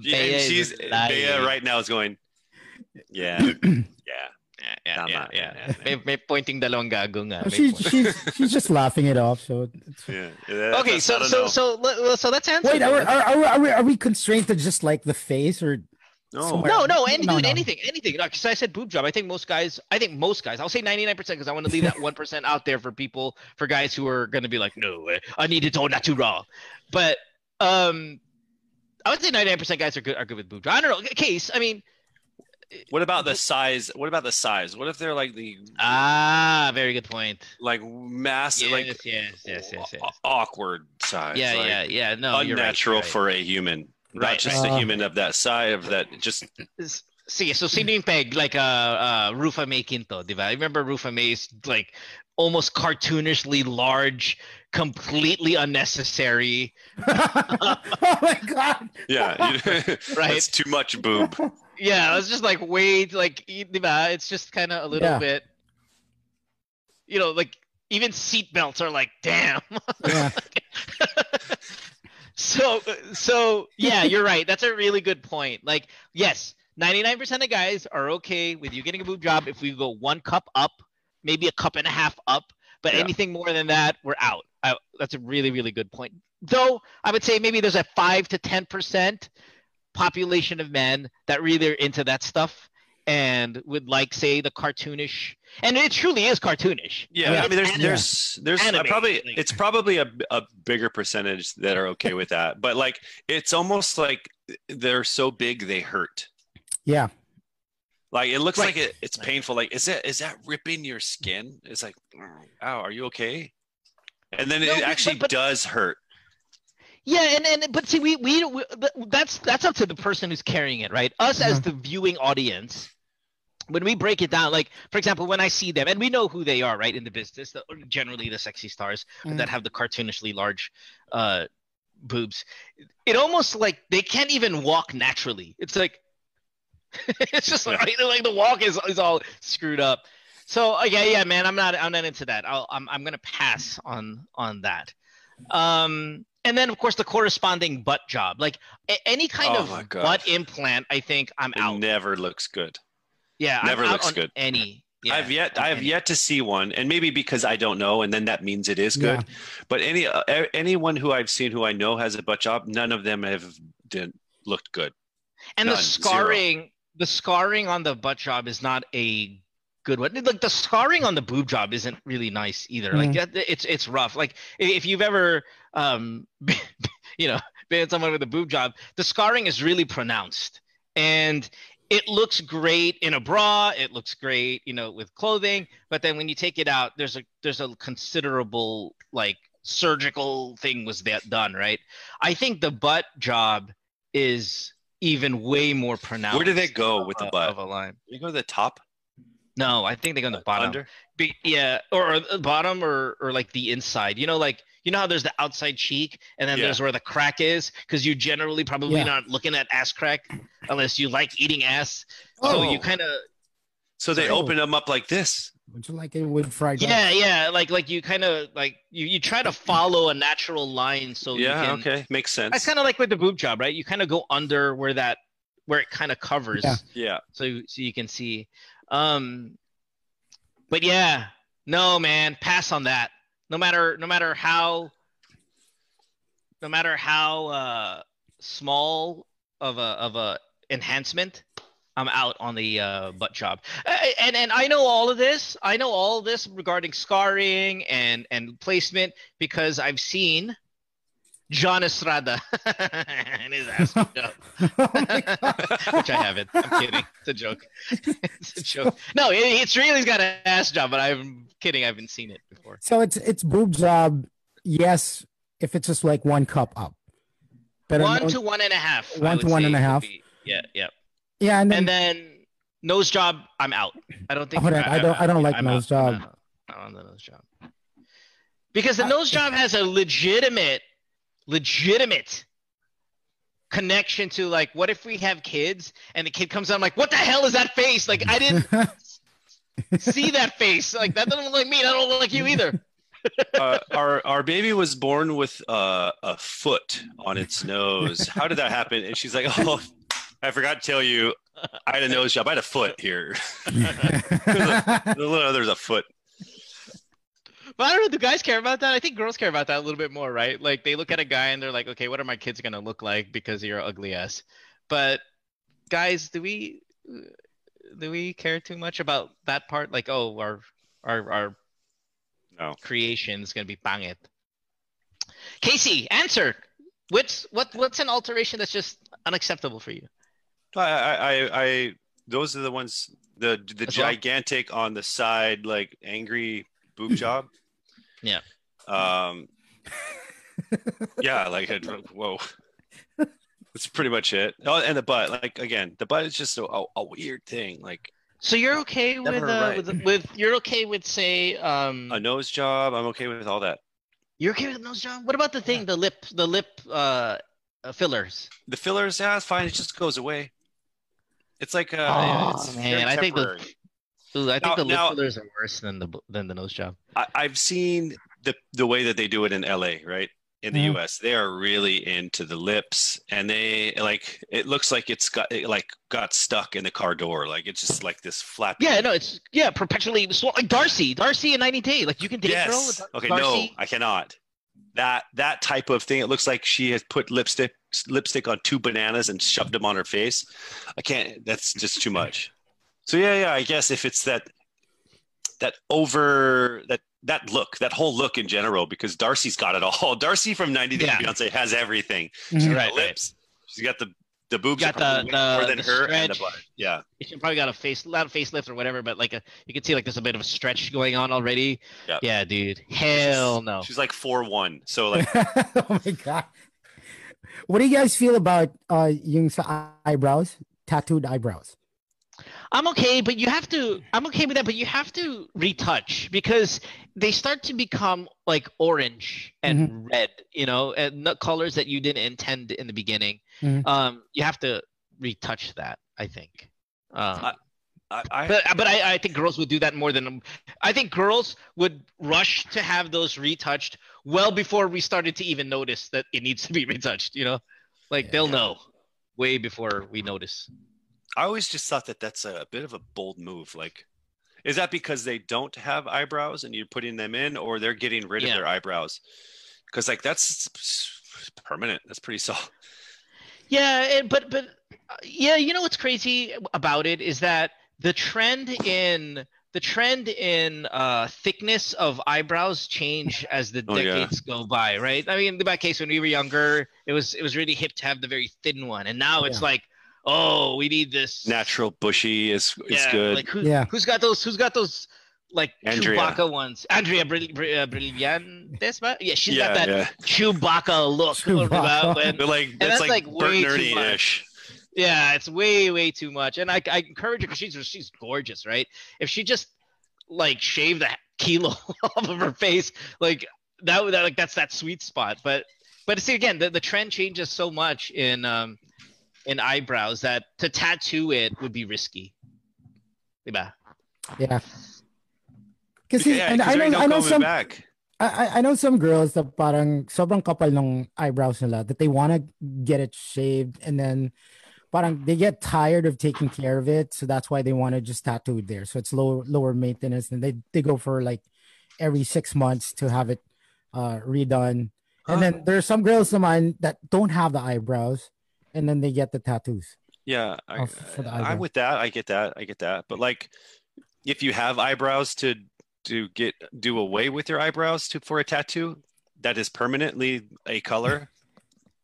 S: Yeah, and
R: Bea is
S: she's
R: lying.
S: Bea right now is going. Yeah, yeah,
R: yeah,
S: Tama.
R: yeah. May, may pointing dalawang gago nga.
T: Well,
R: May
T: she,
R: point-
T: Oh, she's, she's just laughing it off. So it's-
S: yeah.
R: okay,
S: that's- I
R: so
S: don't
R: so
S: know.
R: so le- so let's answer.
T: wait, are, we-
R: that.
T: are, are, we- are, we, are we constrained to just like the face or somewhere?
R: No, no, any,
T: No,
R: dude,
T: no.
R: anything, anything. Because I said boob job. I think most guys, I think most guys, I'll say 99% because I want to leave that 1% out there for people, for guys who are going to be like, no, eh, I need it all natural. But um, I would say 99% guys are good are good with boob job. I don't know. Case, I mean,
S: What about the size? What about the size? What if they're like the
R: ah, very good point.
S: Like massive, like
R: yes, yes, yes, yes.
S: awkward size.
R: Yeah,
S: like,
R: yeah, yeah. No, you're right,
S: unnatural
R: you're right.
S: for a human,
R: Right,
S: not just
R: right.
S: a human of that size of that. Just
R: Sige, so sino yung peg? Like, uh, uh, Rufa May Quinto, di ba? I remember Rufa May's, like, almost cartoonishly large, completely unnecessary.
T: oh my God.
S: Yeah, you-
R: Right.
S: That's too much boob.
R: Yeah, it's just like way, like, y- di ba? It's just kind of a little
S: Yeah.
R: bit, you know, like, even seatbelts are like, damn. so so yeah you're right that's a really good point like yes 99% of guys are okay with you getting a boob job if we go one cup up maybe a cup and a half up but
S: Yeah.
R: anything more than that we're out I, that's a really really good point though i would say maybe there's a 5 to 10% population of men that really are into that stuff and would like say the cartoonish and it truly is cartoonish
S: Yeah, I mean, there's,
R: Anime.
S: there's, there's uh,
R: Anime.
S: probably it's probably a, a bigger percentage that are okay with that, but like it's almost like they're so big they hurt.
T: Yeah.
S: Like it looks like it, it's painful. Like is that is that ripping your skin? It's like, "Mm, ow, are you okay? And then
R: No,
S: it
R: but-
S: actually does hurt.
R: Yeah, and, and but see, we, we we that's that's up to the person who's carrying it, right? Us as the viewing audience, when we break it down, like for example, when I see them, and we know who they are, right, in the business, the, generally the sexy stars
S: Mm.
T: Mhm.
R: that have the cartoonishly large uh, boobs. It almost like they can't even walk naturally. It's like it's just like, like the walk is, is all screwed up. So uh, yeah, yeah, man, I'm not I'm not into that. I'll, I'm I'm gonna pass on on that. Um, and then of course the corresponding butt job, like a- any kind
S: Oh my
R: of
S: gosh.
R: butt implant. I think I'm out.
S: It never looks good.
R: Yeah, I'm
S: never
R: out
S: looks
R: on
S: good.
R: Any.
S: I've yet I have yet to see one, and maybe because I don't know, and then that means it is good. But any uh, a- anyone who I've seen who I know has a butt job, none of them have did, looked good.
R: And the
S: None, zero.
R: scarring, the scarring on the butt job is not a good one. Like the scarring on the boob job isn't really nice either. Like
T: Mhm.
R: that, it's it's rough. Like i- if you've ever, um, you know, been someone with a boob job, the scarring is really pronounced, and it looks great in a bra. It looks great, you know, with clothing. But then when you take it out, there's a there's a considerable like surgical thing was that done right. I think the butt job is even way more pronounced.
S: Where do they go with the
R: of-
S: butt?
R: of a line?
S: You go to the top.
R: No, I think they go on the bottom.
S: under?
R: Be- yeah, or, or the bottom, or or like the inside. You know, like you know how there's the outside cheek, and then
S: Yeah.
R: there's where the crack is, because you generally probably
S: Yeah.
R: not looking at ass crack unless you like eating ass. So
S: Oh.
R: you kind of
S: So they
T: Oh.
S: open them up like this.
T: Would you like it with fried rice?
R: yeah yeah like like you kind of like you you try to follow a natural line so you
S: yeah.
R: can
S: Okay. Makes sense.
R: That's kind of like with the boob job, right? You kind of go under where that where it kind of covers.
T: Yeah.
S: Yeah.
R: So so you can see. Um but yeah, no man, pass on that. No matter no matter how no matter how uh small of a of a enhancement, I'm out on the uh, butt job. A- And and I know all of this. I know all of this regarding scarring and and placement because I've seen John Estrada and his ass
T: Oh
R: beat up. Which I haven't. I'm kidding. It's a joke. it's a joke. No, it, it's really he's got an ass job, but I'm kidding. I haven't seen it before.
T: So it's it's boob job, yes, if it's just like one cup up. But I
R: one
T: know-
R: to one and a half. I
T: One to
R: would
T: one
R: say
T: and a
R: would
T: half.
R: be- Yeah, yeah.
T: Yeah, and then,
R: And then nose job, I'm out. I don't think
T: hold on, Oh, I don't I don't like
R: I'm
T: nose
R: out.
T: job.
R: I don't know nose job. Because the nose job has a legitimate, legitimate connection to like, what if we have kids and the kid comes out, I'm like, what the hell is that face? Like, I didn't see that face. Like, that doesn't look like me. and I don't look like you either.
S: uh, our our baby was born with uh, a foot on its nose. How did that happen? And she's like, "Oh, I forgot to tell you, I had a nose job. I had a foot here. there's, a, there's a foot.
R: But I don't know. Do guys care about that? I think girls care about that a little bit more, right? Like, they look at a guy and they're like, okay, what are my kids going to look like because you're ugly ass? But guys, do we do we care too much about that part? Like, oh, our our our creation is gonna be bang it. Casey, answer. What's what what's an alteration that's just unacceptable for you?
S: I, I, I, I those are the ones the the
R: As well?
S: gigantic on the side, like angry boob job.
R: Yeah.
S: Um, yeah, like it- whoa. That's pretty much it. Oh, and the butt. Like again, the butt is just a, a, a weird thing. Like
R: So you're okay with,
S: Never
R: uh,
S: right.
R: with with you're okay with say um
S: a nose job, I'm okay with all that.
R: you're okay with nose job? What about the thing the lip the lip uh uh, fillers?
S: The fillers, yeah, it's fine. It just goes away. It's like
R: Oh,
S: uh, it's
R: man,
S: very
R: I think the-
S: temporary.
R: Ooh, I think
S: Now-
R: the lip
S: now-
R: fillers are worse than the than the nose job.
S: I, I've seen the the way that they do it in LA, right? In the
R: Mhm.
S: US, they are really into the lips, and they like it looks like it's got it, like got stuck in the car door, like it's just like this flap.
R: Yeah, no, it's yeah, perpetually swall- like Darcy, Darcy in 90 Day. Like you can date a girl
S: Yes.
R: with Dar-
S: Okay. No,
R: Darcy.
S: I cannot. That that type of thing. It looks like she has put lipstick lipstick on two bananas and shoved them on her face. I can't. That's just too much. So yeah, yeah. I guess if it's that that over that that look, that whole look in general, because Darcy's got it all. Darcy from 90 Day Fiance has everything. She's
R: Mhm.
S: got
R: Right,
S: the lips. She's got the the boobs
R: Got
S: are probably
R: the-
S: way more
R: the-
S: than
R: the
S: her and the
R: stretch.
S: butt. Yeah.
R: She probably got a face, not a facelift or whatever, but like a, you can see like there's a bit of a stretch going on already.
S: Yeah,
R: yeah dude. Hell no.
S: She's like four one. So like
T: oh my god. What do you guys feel about uh yung sa eyebrows, tattooed eyebrows?
R: I'm okay, but you have to. I'm okay with that, but you have to retouch because they start to become like orange and red, you know, and not colors that you didn't intend in the beginning.
T: Mhm.
R: Um, you have to retouch that, I think. Um,
S: I, I,
R: but but I, I think girls would do that more than I think girls would rush to have those retouched well before we started to even notice that it needs to be retouched. You know, like they'll know way before we notice.
S: I always just thought that that's a, bit of a bold move. Like, is that because they don't have eyebrows and you're putting them in, or they're getting rid of their eyebrows? Because like that's permanent. That's pretty solid.
R: Yeah, it, but but uh, yeah, you know what's crazy about it is that the trend in the trend in uh, thickness of eyebrows change as the
S: Oh, yeah.
R: decades go by, right? I mean, in that case, when we were younger, it was it was really hip to have the very thin one, and now it's
S: Yeah.
R: like, oh, we need this.
S: Natural bushy is is
R: yeah,
S: good.
R: Like who, who's got those? Who's got those? Like
S: Andrea.
R: Chewbacca ones. Andrea Brill- Brill- uh, Brillantes, right? yeah, she's
S: Yeah,
R: got that
S: yeah.
R: Chewbacca look. About when,
S: They're like
R: and
S: that's, like,
R: way
S: Bert
R: too
S: Nerdy ish.
R: yeah, it's way, way too much. And I, I encourage her because she's she's gorgeous, right? If she just like shaved that kilo off of her face, like that would that like that's that sweet spot. But but see again, the, the trend changes so much in um in eyebrows that to tattoo it would be risky. Diba?
T: Yeah. Kasi
R: Yeah,
T: and I
R: 'cause there
T: know
R: ain't no
T: I know
R: coming
T: some
R: back.
T: I I- I know some girls that parang sobrang kapal ng eyebrows nila that they want to get it shaved and then parang they get tired of taking care of it so that's why they want to just tattoo it there so it's lower lower maintenance and they they go for like every 6 months to have it uh redone and then there are some girls naman that don't have the eyebrows and then they get the tattoos
S: Yeah,
T: Oh,
S: I,
T: for the eyebrow.
S: I'm with that. I get that. I get that. But like, if you have eyebrows to to get do away with your eyebrows to for a tattoo that is permanently a color.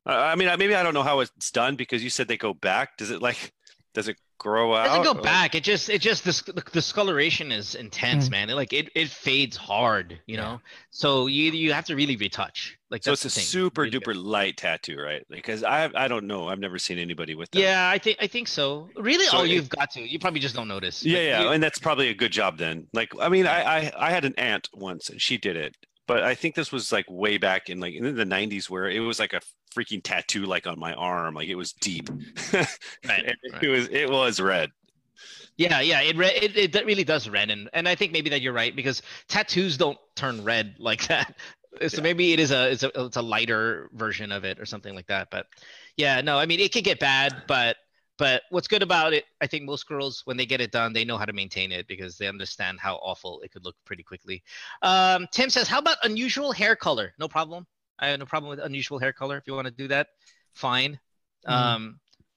S: I I mean, I- maybe I don't know how it's done because you said they go back. Does it like does it grow out?
R: It doesn't go
S: or-
R: back. It just it just this the discoloration is intense,
T: Mm.
R: man. It like it, it fades hard, you know. So you you have to really retouch. Like
S: So
R: that's the
S: it's a
R: thing.
S: super duper light tattoo, right? Because I I don't know. I've never seen anybody with that.
R: Yeah, I think I think so. Really? oh,
S: So it-
R: you've got to. You probably just don't notice. But
S: Yeah, yeah,
R: you-
S: and that's probably a good job then. Like, I mean, I, I I had an aunt once, and she did it, but I think this was like way back in like in the '90s, where it was like a freaking tattoo, like on my arm, like it was deep. And It was it was red.
R: yeah, yeah. It, re- it it that really does red, and and I think maybe that you're right because tattoos don't turn red like that. So maybe it is a it's a it's a lighter version of it or something like that. But yeah, no, I mean it could get bad, but but what's good about it, I think most girls when they get it done, they know how to maintain it because they understand how awful it could look pretty quickly. Um, Tim says, how about unusual hair color? No problem. I have no problem with unusual hair color. If you want to do that, fine.
T: Mhm.
R: Um,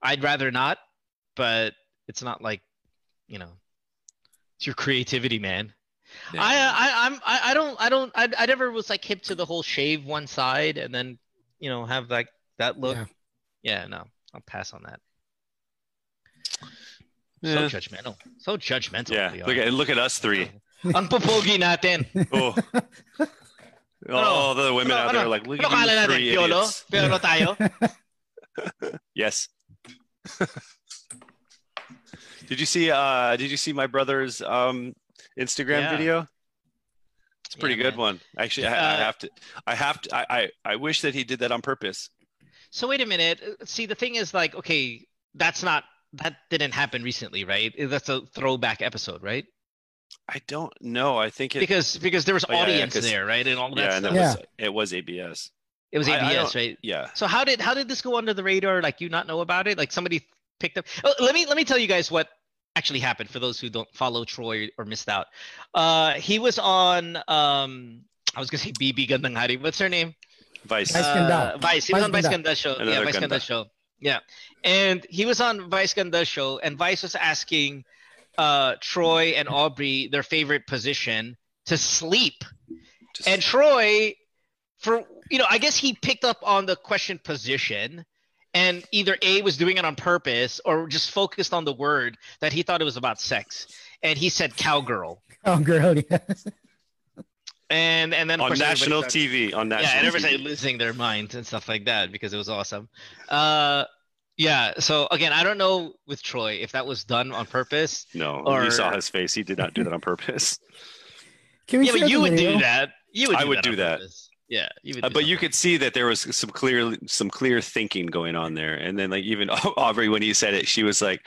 R: I'd rather not, but it's not like you know, it's your creativity, man. I, uh, I, I'm, I, I don't, I don't, I, I never was like hip to the whole shave one side and then, you know, have like that look. Yeah, no, I'll pass on that.
S: Yeah.
R: So judgmental. So judgmental.
S: Yeah,
R: we
S: look
R: are.
S: at look at us three.
R: Ang pupogi natin.
S: Oh, all the women
R: Ano,
S: out there
R: ano,
S: are like look
R: ano
S: at
R: kala
S: you
R: natin?
S: three
R: Yolo?
S: idiots.
R: Pero tayo?
S: Yes. did you see? Uh, did you see my brother's um, Instagram
R: Yeah.
S: video? It's a pretty
R: Yeah,
S: good
R: man.
S: one, actually. I, I
R: Uh,
S: have to. I have to. I, I I wish that he did that on purpose.
R: So wait a minute. Uh, See, the thing is, like, okay, that's not that didn't happen recently, right? That's a throwback episode, right?
S: I don't know. I think it, Oh,
R: Because- because there was audience
S: 'cause-
R: there, right, and all that
S: yeah, and
R: stuff.
S: was- it was ABS.
R: It was
S: I- I
R: ABS,
S: don't-
R: right?
S: Yeah.
R: So how did how did this go under the radar? Like you not know about it? Like somebody picked up. Oh, let me let me tell you guys what actually happened for those who don't follow Troy or missed out. Uh, he was on. Um, I was gonna say BB Gandangari. What's her name?
S: Vice.
T: Vice Ganda.
R: Uh, Vice. He
T: Vice
R: was on Vice
T: Ganda.
R: Ganda show. yeah,
S: Another
R: Vice
S: Ganda.
R: Ganda show. Yeah, and he was on Vice Ganda show, and Vice was asking uh, Troy and Aubrey their favorite position to sleep, and Troy for you know, I guess he picked up on the question position and either A was doing it on purpose or just focused on the word that he thought it was about sex. And he said cowgirl.
T: Oh, girl, yeah.
R: And and then of
S: on
R: course,
S: national
R: everybody started-
S: TV. On
R: Yeah,
S: national
R: and everybody
S: TV.
R: started losing their minds and stuff like that because it was awesome. Uh yeah, so again, I don't know with Troy if that was done on purpose.
S: No,
R: or
S: you saw his face. He did not do that on purpose.
T: Can we
R: Yeah,
T: share
R: but you
T: the
R: would
T: video?
R: do that. You would
S: I
R: do
S: would
R: that
S: do
R: on
S: that.
R: purpose. Yeah, you would
S: Uh,
R: do
S: but you could see that there was some clear, some clear thinking going on there, and then like even Aubrey when he said it, she was like,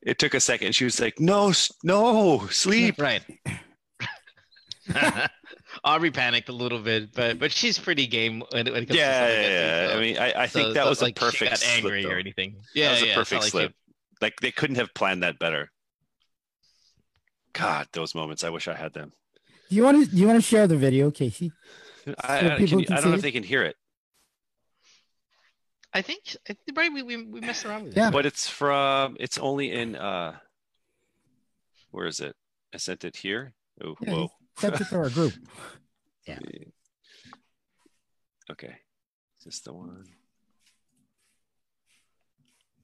S: it took a second. She was like, no, s- no, sleep.
R: Right. Aubrey panicked a little bit, but but she's pretty game when, when it comes
S: Yeah,
R: to something like
S: yeah,
R: this,
S: yeah.
R: so-
S: I mean, I, I
R: so
S: think
R: it's
S: that
R: not
S: was
R: like
S: a
R: she got
S: perfect slip,
R: angry
S: though.
R: or anything.
S: that
R: Yeah,
S: was
R: yeah,
S: a
R: it's not
S: perfect
R: like
S: slip.
R: she-
S: Like they couldn't have planned that better. God, those moments. I wish I had them.
T: Do you want to? Do you want to share the video, Casey?
S: I,
T: So
S: I-
T: people
S: can you-
T: can
S: I don't
T: see
S: know if they can hear it,
R: I think I think, right. We, we we messed around with
S: but it's from. It's only in. uh Where is it? I sent it here. Oh,
T: Yeah,
S: whoa.
T: Send it to our group.
S: Okay. Is this the one?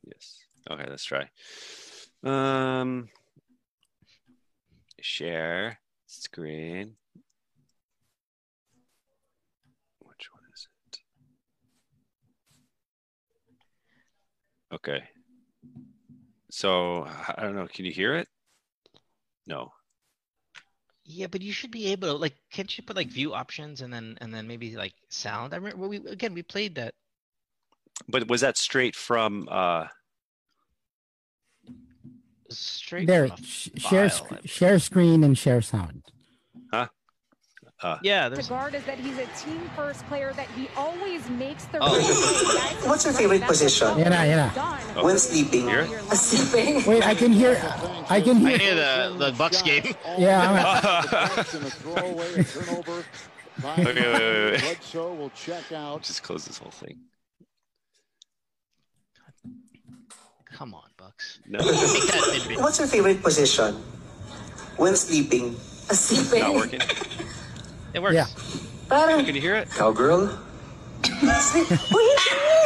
S: Yes. Okay, let's try. Um share screen. Which one is it? Okay. So I I don't know, can you hear it? No.
R: Yeah, but you should be able to like. Can't you put like view options and then and then maybe like sound? I remember well, we again we played that.
S: But was that straight from uh
R: Straight
T: There,
R: from a
T: sh- share
R: file.
T: sc- share screen and share sound.
S: huh? Uh
R: Yeah,
U: The
R: there's
U: guard is that he's a team first player that he always makes the.
V: Oh.
R: oh.
V: What's your favorite position?
T: Yeah, nah, yeah,
S: Oh.
V: When sleeping.
T: nah. Wait, I can hear. I can
R: I
T: hear.
R: hear the the Bucks game.
T: Yeah,
S: Okay, wait, wait, wait.
W: Bledsoe will check out.
S: Just close this whole thing.
R: Come on, Bucks.
S: No.
V: What's your favorite position? When sleeping. Sleeping.
S: Not working.
R: It works.
T: Yeah.
V: Parang
S: Can you hear it?
V: cowgirl. Sleep. Uy, hindi!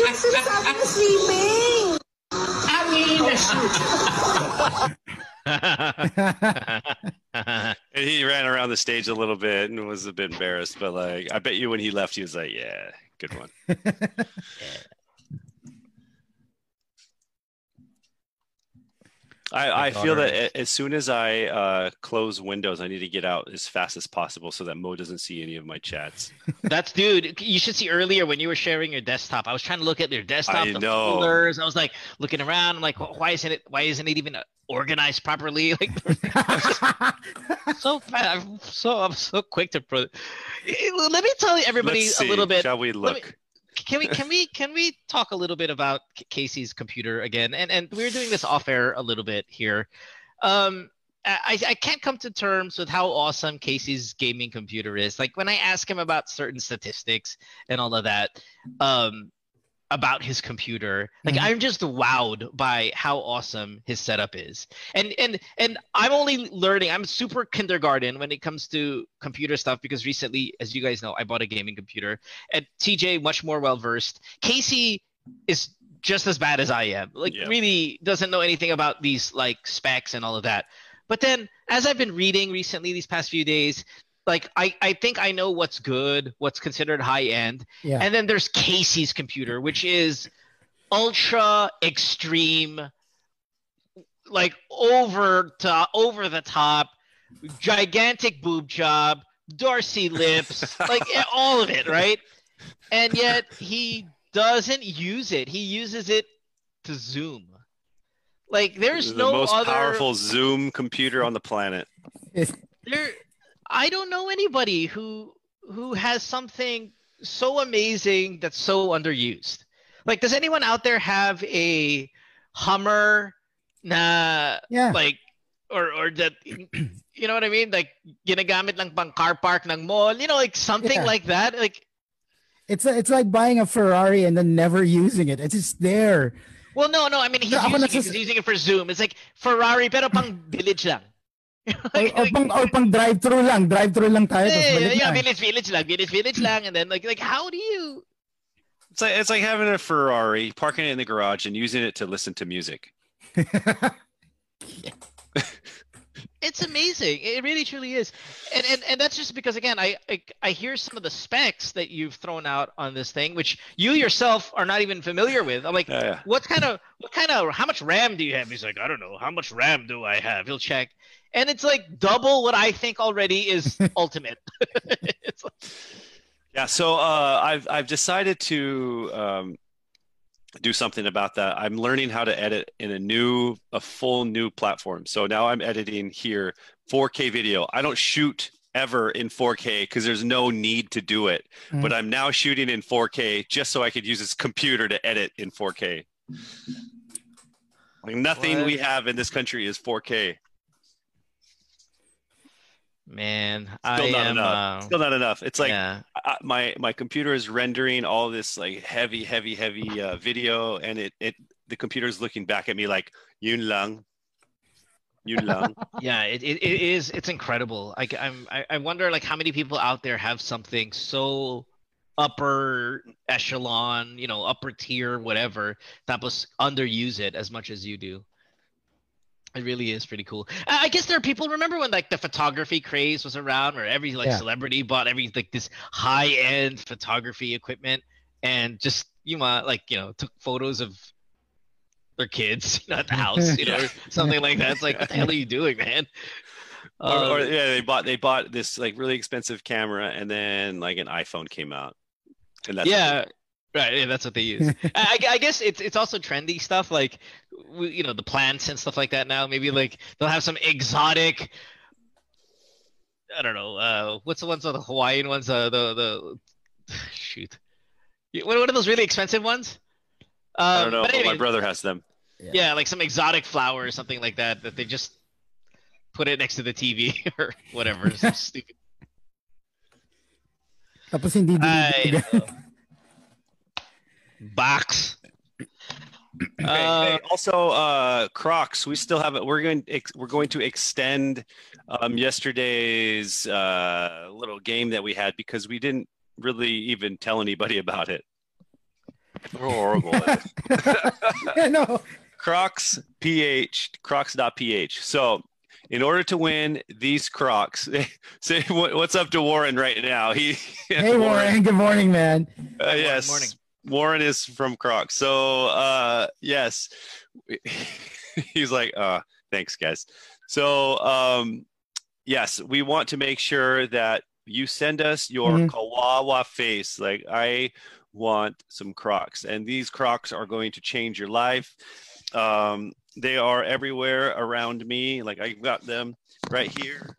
V: Yung sinasabi na sleeping! I mean,
S: and he ran around the stage a little bit and was a bit embarrassed, but like I bet you when he left, he was like, "Yeah, good one." I, I feel that a- as soon as I uh, close Windows, I need to get out as fast as possible so that Mo doesn't see any of my chats.
R: That's dude. You should see earlier when you were sharing your desktop. I was trying to look at your desktop,
S: I
R: the
S: know.
R: folders. I was like looking around. I'm like, "Wh- why isn't it? Why isn't it even uh, organized properly? Like, so fast. I'm so I'm so quick to. Pro- Eh, Let me tell everybody
S: Let's
R: a little
S: see.
R: bit.
S: Shall we
R: let me-
S: look?
R: can we can we can we talk a little bit about K- Casey's computer again? And and we were doing this off air a little bit here. Um, I I can't come to terms with how awesome Casey's gaming computer is. Like when I ask him about certain statistics and all of that, um, about his computer, like I'm just wowed by how awesome his setup is. And and and I'm only learning. I'm super kindergarten when it comes to computer stuff because recently, as you guys know, I bought a gaming computer and TJ much more well versed. Casey is just as bad as I am. Like really doesn't know anything about these like specs and all of that. But then as I've been reading recently these past few days, like I, I think I know what's good, what's considered high end.
T: Yeah.
R: And then there's Casey's computer, which is ultra extreme, like over to over the top, gigantic boob job, Darcy lips, like eh, all of it, right? And yet he doesn't use it. He uses it to zoom. Like there's
S: the
R: no
S: most
R: other
S: powerful Zoom computer on the planet.
R: there i don't know anybody who who has something so amazing that's so underused like does anyone out there have a hummer na
T: Yeah.
R: like or or that you know what i mean like ginagamit lang pang car park ng mall you know like something
T: Yeah.
R: like that like
T: It's it's like buying a Ferrari and then never using it. It's just there.
R: well no no i mean he's,
T: No, ako
R: using, it,
T: nagsas-
R: he's using it for zoom it's like ferrari pero pang village lang
T: Or, or pang or pang drive-through lang, drive-through lang tayo. tapos
R: yeah,
T: balik
R: yeah,
T: na.
R: village village lang village village lang and then like like how do you
S: It's like it's like having a Ferrari, parking it in the garage, and using it to listen to music.
R: it's amazing. It really truly is. And and, and that's just because again, I, I I hear some of the specs that you've thrown out on this thing, which you yourself are not even familiar with. I'm like,
S: yeah.
R: what kind of what kind of how much RAM do you have? He's like, I don't know, how much RAM do I have? He'll check. And it's like double what I think already is ultimate.
S: Yeah, so uh, I've I've decided to um, do something about that. I'm learning how to edit in a new, a full new platform. So now I'm editing here 4K video. I don't shoot ever in 4K because there's no need to do it.
T: Mm.
S: But I'm now shooting in 4K just so I could use this computer to edit in 4K. Like nothing we have in this country is 4K.
R: Man,
S: Still
R: I
S: not
R: am,
S: enough.
R: uh,
S: Still not enough. It's like
R: yeah.
S: I, my my computer is rendering all this like heavy, heavy, heavy uh, video, and it it the computer is looking back at me like Yun Lang, Yun Lang.
R: um, yeah it, it, it is it's incredible like i'm I, I wonder like how many people out there have something so upper echelon you know upper tier whatever that was underuse it as much as you do it really is pretty cool i, I guess there are people remember when like the photography craze was around where every like
T: Yeah.
R: celebrity bought every like this high end photography equipment and just you know like you know took photos of their kids you know, at the house you know or something like that it's like what the hell are you doing man
S: Or-
R: Uh,
S: or, yeah, they bought they bought this like really expensive camera, and then like an iPhone came out, and that's
R: yeah right yeah, that's what they use I, I- I guess it's it's also trendy stuff like w- you know the plants and stuff like that now maybe like they'll have some exotic i don't know uh what's the ones uh, the hawaiian ones uh the the shoot Yeah, what, what are those really expensive ones um,
S: I don't know.
R: but
S: But my
R: anyway,
S: brother has them.
R: yeah. like some exotic flower or something like that that they just put it next to the tv or whatever some stupid
T: Tapos hindi
R: I
T: dinidinig.
R: know. box
S: Hey, hey, also, uh, Crocs. We still haven't. We're going. Ex, we're going to extend um, yesterday's uh, little game that we had because we didn't really even tell anybody about it. We're horrible. at it.
T: Yeah, no.
S: Crocs ph Crocs.ph. So, in order to win these Crocs, say what, what's up to Warren right now. He
T: Hey Warren, good morning, man.
S: uh, yes.
T: morning.
S: Warren is from Croc. So, uh, yes. He's like, uh, thanks, guys. So, um, yes, we want to make sure that you send us your
A: Mhm.
S: kawawa face. Like, I want some Crocs, and these Crocs are going to change your life. Um, they are everywhere around me. Like, I've got them right here.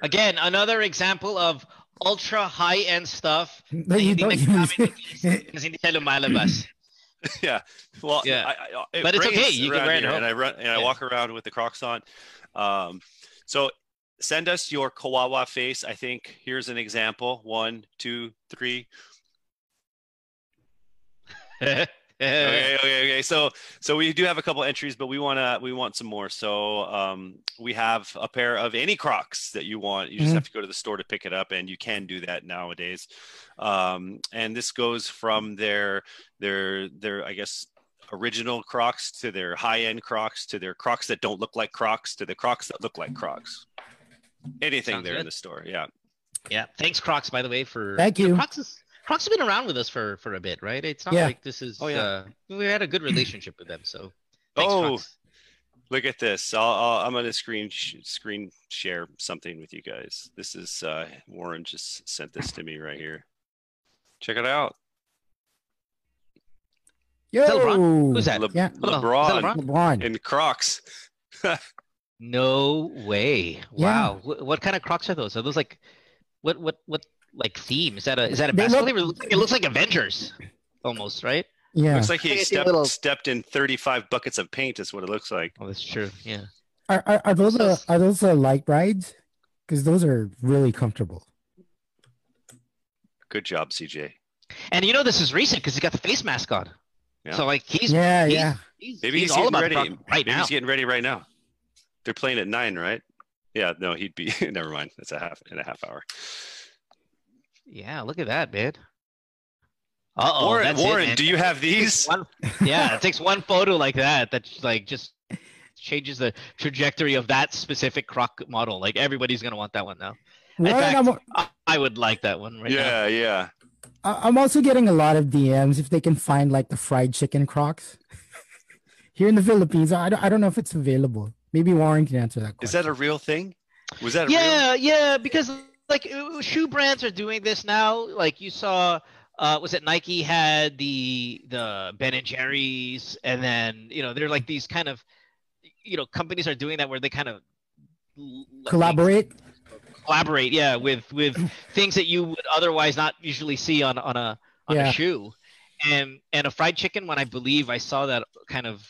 R: Again, another example of ultra high end stuff
T: No, you don't use it.
R: kasi hindi siya lumalabas.
S: yeah. Well,
R: Yeah.
S: I, I, uh, it
R: But it's
S: rains
R: okay, you can
S: around
R: wear it
S: here,
R: at
S: And I
R: home.
S: run and I
R: Yeah.
S: walk around with the Crocs on. Um, so send us your Kawawa face. I think here's an example. One, two, three. okay, okay, okay. So, so we do have a couple entries, but we wanna we want some more. So, um, we have a pair of any Crocs that you want. You just
A: Mhm.
S: have to go to the store to pick it up, and you can do that nowadays. Um, and this goes from their their their I guess original Crocs to their high end Crocs to their Crocs that don't look like Crocs to the Crocs that look like Crocs. Anything
R: Sounds
S: there in
R: good.
S: the store. Yeah.
R: Yeah. Thanks, Crocs, by the way, for
S: Thank
R: know,
S: you.
R: Crocs, is, Crocs has been around with us for for a bit, right? It's not
S: Yeah.
R: like this is.
S: Oh, yeah.
R: Uh, we had a good relationship with them, so
S: oh, look at this! I'll, I'll, I'm going to screen sh- screen share something with you guys. This is uh, Warren just sent this to me right here. Check it out.
T: Yo,
R: Who's that?
S: Le-
T: Yeah.
S: LeBron,
T: LeBron.
S: and Crocs.
R: no way!
T: Yeah.
R: Wow. Wh- What kind of Crocs are those? Are those like what what what like theme? Is that a is that a
T: They
R: basketball?
T: look-
R: theme? It looks like- It looks like Avengers, almost, right?
T: Yeah.
S: Looks like
R: I
S: he
R: see a
S: stepped,
R: little-
S: stepped in 35 buckets of paint. Is what it looks like.
R: Oh, that's true. Yeah.
T: Are, are, are those uh, are those uh, light rides? Because those are really comfortable.
S: Good job, CJ.
R: And you know this is recent because he got the face mask on.
S: Yeah.
R: So like he's
T: Yeah,
R: he's-
T: yeah.
S: Maybe
R: he's
S: he's,
R: all
S: getting
R: about
S: ready
R: Crocs right
S: Maybe
R: now.
S: He's getting ready right now. They're playing at nine, right? Yeah. No, he'd be. never mind. That's a half in a half hour.
R: Yeah, look at that, man. Uh oh,
S: Warren, Warren, do you have these?
R: yeah, it takes one photo like that that like just changes the trajectory of that specific croc model. Like everybody's gonna want that one now. In
T: Warren,
R: fact,
T: I'm-
R: I- I would like that one right now.
S: yeah, yeah.
T: I- I'm also getting a lot of DMs if they can find like the fried chicken crocs. Here in the Philippines, I don't, I don't know if it's available. Maybe Warren can answer that.
S: Is that a real thing? Was that a real?
R: yeah yeah because like uh, shoe brands are doing this now like you saw uh, was it nike had the the ben and jerry's and then you know they're like these kind of you know companies are doing that where they kind of
T: Collaborate.
R: collaborate yeah with with things that you would otherwise not usually see on on a on
T: Yeah.
R: a shoe and and a fried chicken one i believe i saw that kind of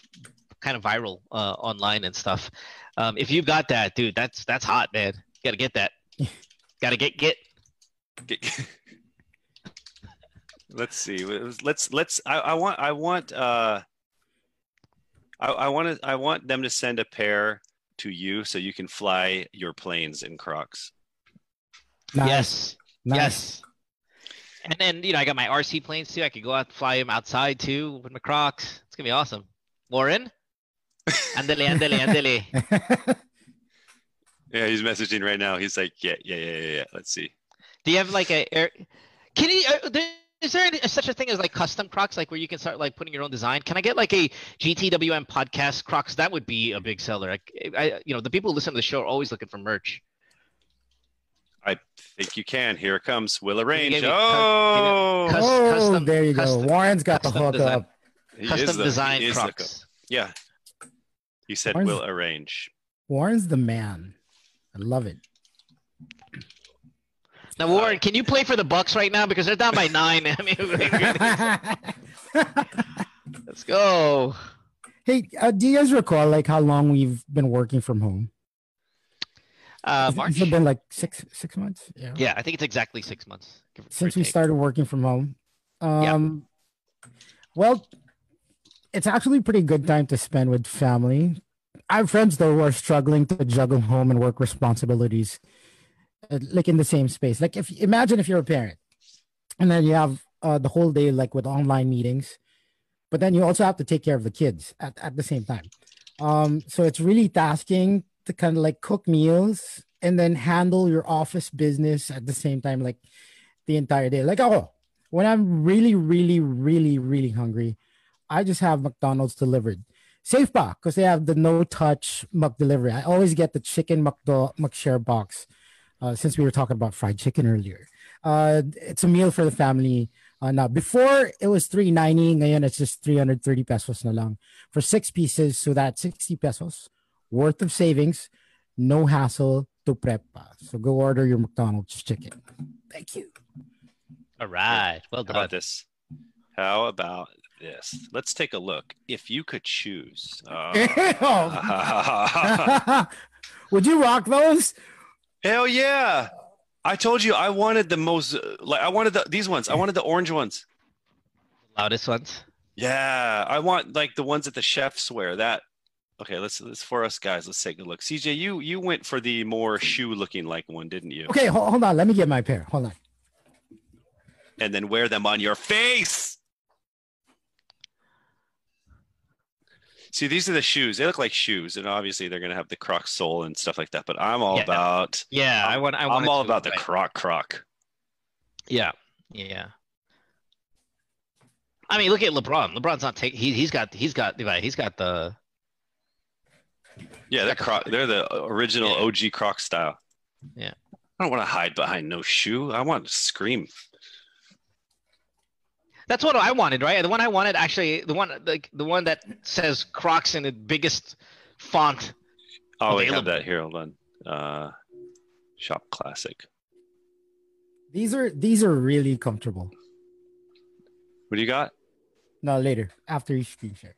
R: kind of viral uh, online and stuff um, if you got that dude that's that's hot man gotta get that gotta get get
S: Get- let's see. It was- Let's let's. I, I want I want uh. I, I want to I want them to send a pair to you so you can fly your planes in Crocs.
R: yes yes and then you know i got my rc planes too i could go out fly them outside too with my crocs it's gonna be awesome warren andele andele andele
S: Yeah, he's messaging right now. He's like, yeah, yeah, yeah, yeah. yeah. Let's see.
R: Do you have like a air? Can you? Uh, there, is there any, such a thing as like custom Crocs, like where you can start like putting your own design? Can I get like a GTWM podcast Crocs? That would be a big seller. I, I you know, the people who listen to the show are always looking for merch.
S: I think you can. Here it comes. Will
R: Give
S: arrange.
R: me cu-
S: Oh,
R: give me
T: oh, there you go. Warren's got the
R: custom
T: hook
R: design.
T: up.
S: He is
R: custom
S: the- he
R: design
S: is the
R: Crocs.
S: co- yeah. You said
T: Where's-
S: will arrange.
T: Warren's the man. I love it.
R: Now, Warren, can you play for the Bucks right now because they're down by nine? I mean, let's go.
T: Hey, uh, do you guys recall like how long we've been working from home?
R: Uh,
T: Has it-
R: March.
T: has it been like six six months? Yeah.
R: Yeah, I think it's exactly six months. give or
T: Since we
R: take.
T: started working from home. Um, Well, it's actually a pretty good time to spend with family. I have friends though who are struggling to juggle home and work responsibilities, uh, like in the same space. Like if imagine if you're a parent, and then you have uh, the whole day like with online meetings, but then you also have to take care of the kids at, at the same time. Um, so it's really tasking to kind of like cook meals and then handle your office business at the same time, like the entire day. Like, oh, when I'm really, really, really, really hungry, I just have McDonald's delivered. Safe box because they have the no touch muck delivery. I always get the chicken McDo- McShare box uh, since we were talking about fried chicken earlier. Uh, it's a meal for the family. Uh, now before it was 390, ngayon it's just 330 pesos na lang for six pieces. So that's 60 pesos worth of savings, no hassle to prepa. So go order your McDonald's chicken. Thank you.
R: All right. Well
S: How
R: done.
S: about this? How about this? Let's take a look. If you could choose. Ah.
T: Would you rock those?
S: Hell yeah. I told you I wanted the most uh, like I wanted the, these ones. I wanted the orange ones.
R: Loudest ones.
S: Yeah, I want like the ones that the chefs wear. That Okay, let's let's for us guys, let's take a look. CJ, you you went for the more shoe looking like one, didn't you?
T: Okay, ho- hold on. Let me get my pair. Hold on.
S: and then wear them on your face. See, these are the shoes. They look like shoes, and obviously they're gonna have the croc sole and stuff like that. But I'm all
R: Yeah.
S: about
R: Yeah, I want. I want
S: I'm all about the croc croc.
R: Yeah, yeah. I mean, look at LeBron. LeBron's not taking. He, he's got. He's got. Levi, He's got the.
S: Yeah, they're croc. They're the original OG croc style.
R: Yeah.
S: I don't want to hide behind no shoe. I want to scream.
R: That's what I wanted, right? The one I wanted, actually, the one like the one that says Crocs in the biggest font.
S: Oh, we have
R: available.
S: that here. Hold on. Uh, shop classic.
T: These are these are really comfortable.
S: What do you got?
T: No, later after each t-shirt.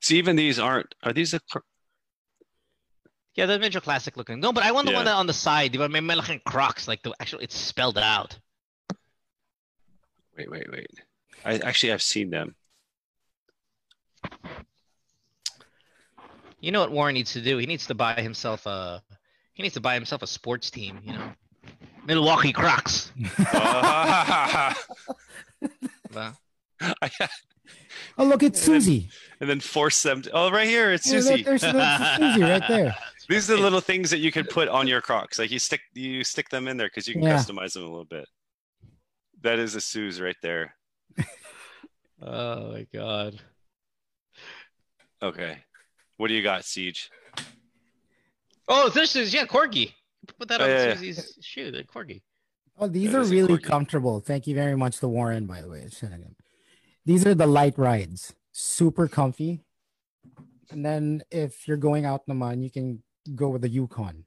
S: See, even these aren't. Are these a? cro-
R: Yeah, the Adventure Classic looking. No, but I want the one
S: Yeah.
R: that on the side. The one with Melachin Crocs, like the actual, it's spelled out.
S: Wait, wait, wait. I actually I've seen them.
R: You know what Warren needs to do? He needs to buy himself a. He needs to buy himself a sports team. You know, Milwaukee Crocs. Wow.
T: Oh, look, it's Susie.
S: and then force them. To, oh, right here, it's
T: Yeah,
S: Susie.
T: that- there's- that's Susie right there.
S: These are the little things that you can put on your Crocs. Like you stick you stick them in there because you can
T: Yeah.
S: customize them a little bit. That is a Suze right there.
R: oh my god.
S: Okay, what do you got, Siege?
R: Oh, this is yeah, corgi. Put that
S: Oh,
R: on
S: yeah, yeah.
R: Susie's shoe, the corgi.
T: Oh, these
R: Yeah,
T: are
R: this is
T: really comfortable. Thank you very much to Warren, by the way. It's- These are the light rides, super comfy. And then if you're going out naman, you can go with the Yukon.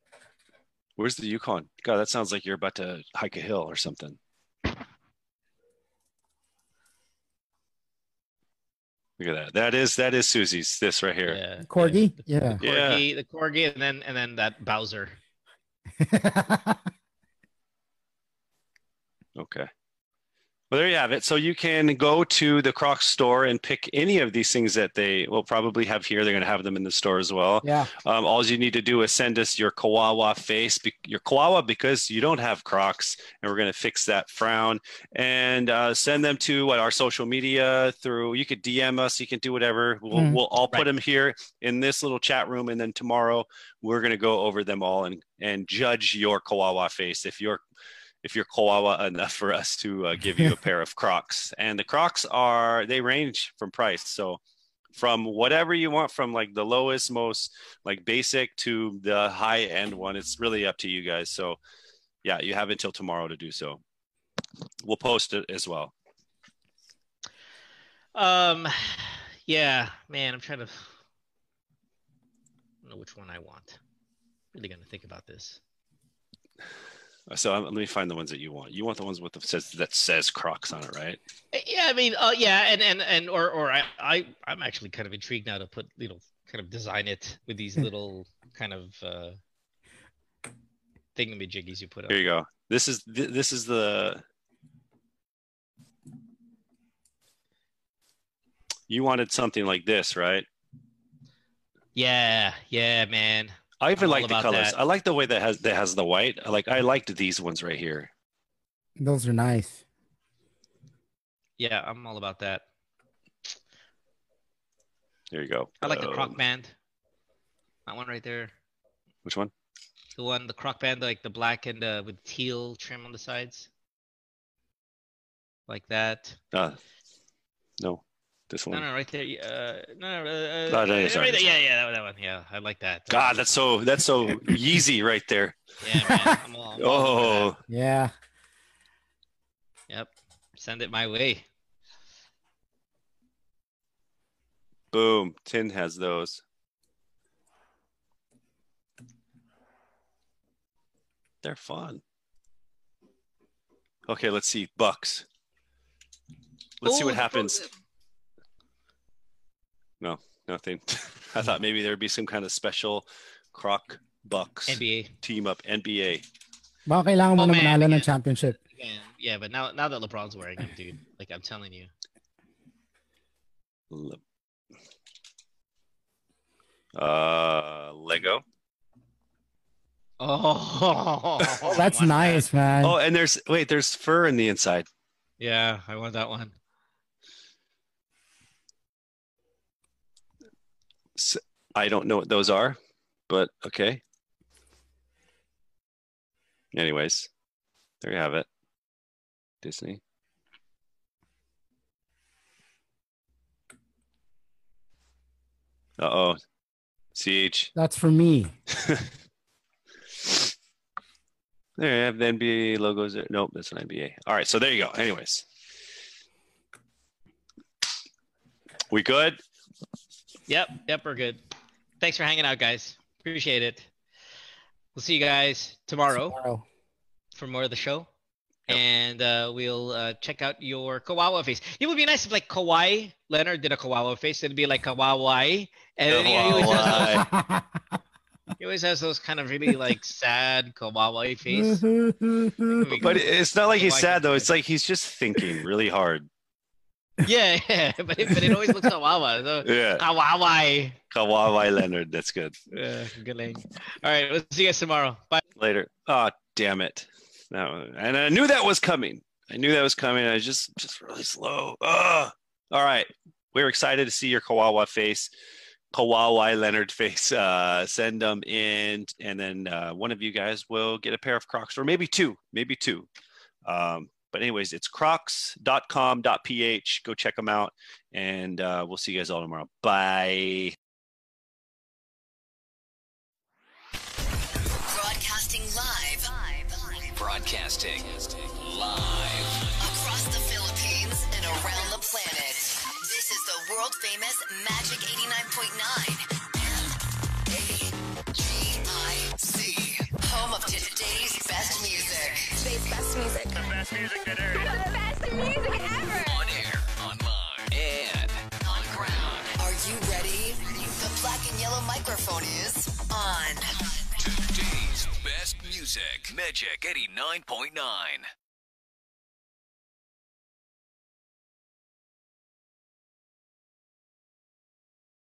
S: Where's the Yukon? God, that sounds like you're about to hike a hill or something. Look at that. That is that is Susie's. This right here.
R: Yeah.
T: Corgi? Yeah.
R: Corgi, the corgi, and then and then that Bowser.
S: Okay. Well, there you have it. So you can go to the Crocs store and pick any of these things that they will probably have here. They're going to have them in the store as well.
T: Yeah.
S: Um, all you need to do is send us your Kawawa face, be- your Kawawa, because you don't have Crocs, and we're going to fix that frown. And uh, send them to what our social media through. You could DM us. You can do whatever. We'll,
A: Mhm.
S: we'll all put them here in this little chat room, and then tomorrow we're going to go over them all and and judge your Kawawa face if you're if you're koala enough for us to uh, give you a pair of crocs and the crocs are they range from price so from whatever you want from like the lowest most like basic to the high end one it's really up to you guys so yeah you have until tomorrow to do so we'll post it as well
R: Um, yeah, man, I'm trying to. I don't know which one I want. Really gonna think about this.
S: so um, let me find the ones that you want you want the ones with the says that says crocs on it right
R: Uh, Yeah, I mean, uh, yeah, and and and or or I I I'm actually kind of intrigued now to put you know kind of design it with these little kind of uh thingamajiggies you put up.
S: here you go this is th- this is the you wanted something like this right
R: Yeah, yeah, man.
S: I even
R: I'm all
S: like the
R: about
S: colors.
R: that.
S: I like the way that has that has the white. I like I liked these ones right here.
T: Those are nice.
R: Yeah, I'm all about that.
S: There you go.
R: I like the
S: Um,
R: croc band. That one right there.
S: Which one?
R: The one, the croc band, like the black and uh, with teal trim on the sides. Like that.
S: Uh, no, this
R: No,
S: one.
R: no, right there. y- Uh, no, no, uh,
S: Oh,
R: uh,
S: there, Hmm. sorry,
R: right there,
S: sorry.
R: yeah, yeah, that, that one. Yeah, I like that.
S: God, that's so that's so Yeezy right there.
R: Yeah, man, I'm all- I'm all
S: oh,
T: Yeah.
R: Yep. Send it my way.
S: boom! Tin has those. They're fun. Okay, let's see Bucks. Let's see
R: Oh,
S: what
R: the-
S: happens. No, nothing. I thought maybe there'd be some kind of special Croc Bucks
R: NBA
S: team up NBA.
T: Baka kailangan mo
R: Oh,
T: na
R: man,
T: manalo ng championship.
R: Yeah, yeah, but now now that LeBron's wearing them, dude, like I'm telling you.
S: Le- Uh, Lego.
R: Oh,
T: That's nice, man.
S: Oh, and there's wait, there's fur in the inside.
R: Yeah, I want that one.
S: S- I don't know what those are, but okay. Anyways, there you have it. Disney. Uh oh. CH.
T: That's for me.
S: There you have the NBA logos. There. Nope, that's an NBA. All right, so there you go. Anyways, we good?
R: Yep, yep, we're good. Thanks for hanging out, guys. Appreciate it. We'll see you guys tomorrow, for more of the show. And uh, we'll uh, check out your Kawawa face. It would be nice if, like, Kawhi Leonard did a Kawawa face. It'd be like Kawaii. And then he always does- he always has those kind of really, like, sad Kawaii face.
T: but
S: But it's not like he's sad though. It's like he's just thinking really hard.
R: Yeah, yeah, but it, but it always looks kawawa. So,
S: Yeah.
R: Kawawa.
S: Kawaii Leonard. That's good.
R: Yeah, galing. All right, we'll see you guys tomorrow. Bye.
S: Later. Oh, damn it. No, and I knew that was coming. I knew that was coming. I was just just really slow. Ugh. All right. We're excited to see your Kawawa face, Kawaii Leonard face. Uh, send them in, and then uh, one of you guys will get a pair of Crocs, or maybe two, maybe two. Um, but anyways, it's crocs.com.ph. Go check them out, and uh, we'll see you guys all tomorrow. Bye.
I: Broadcasting live.
C: Broadcasting live.
I: Across the Philippines and around the planet. This is the world famous Magic 89.9. M-A-G-I-C. Home of today's best music. Today's best music. The best music that ever. The best music ever.
C: On air, online, and
I: on ground. Are you ready? The black and yellow microphone is on.
C: today's best music. Magic 89.9.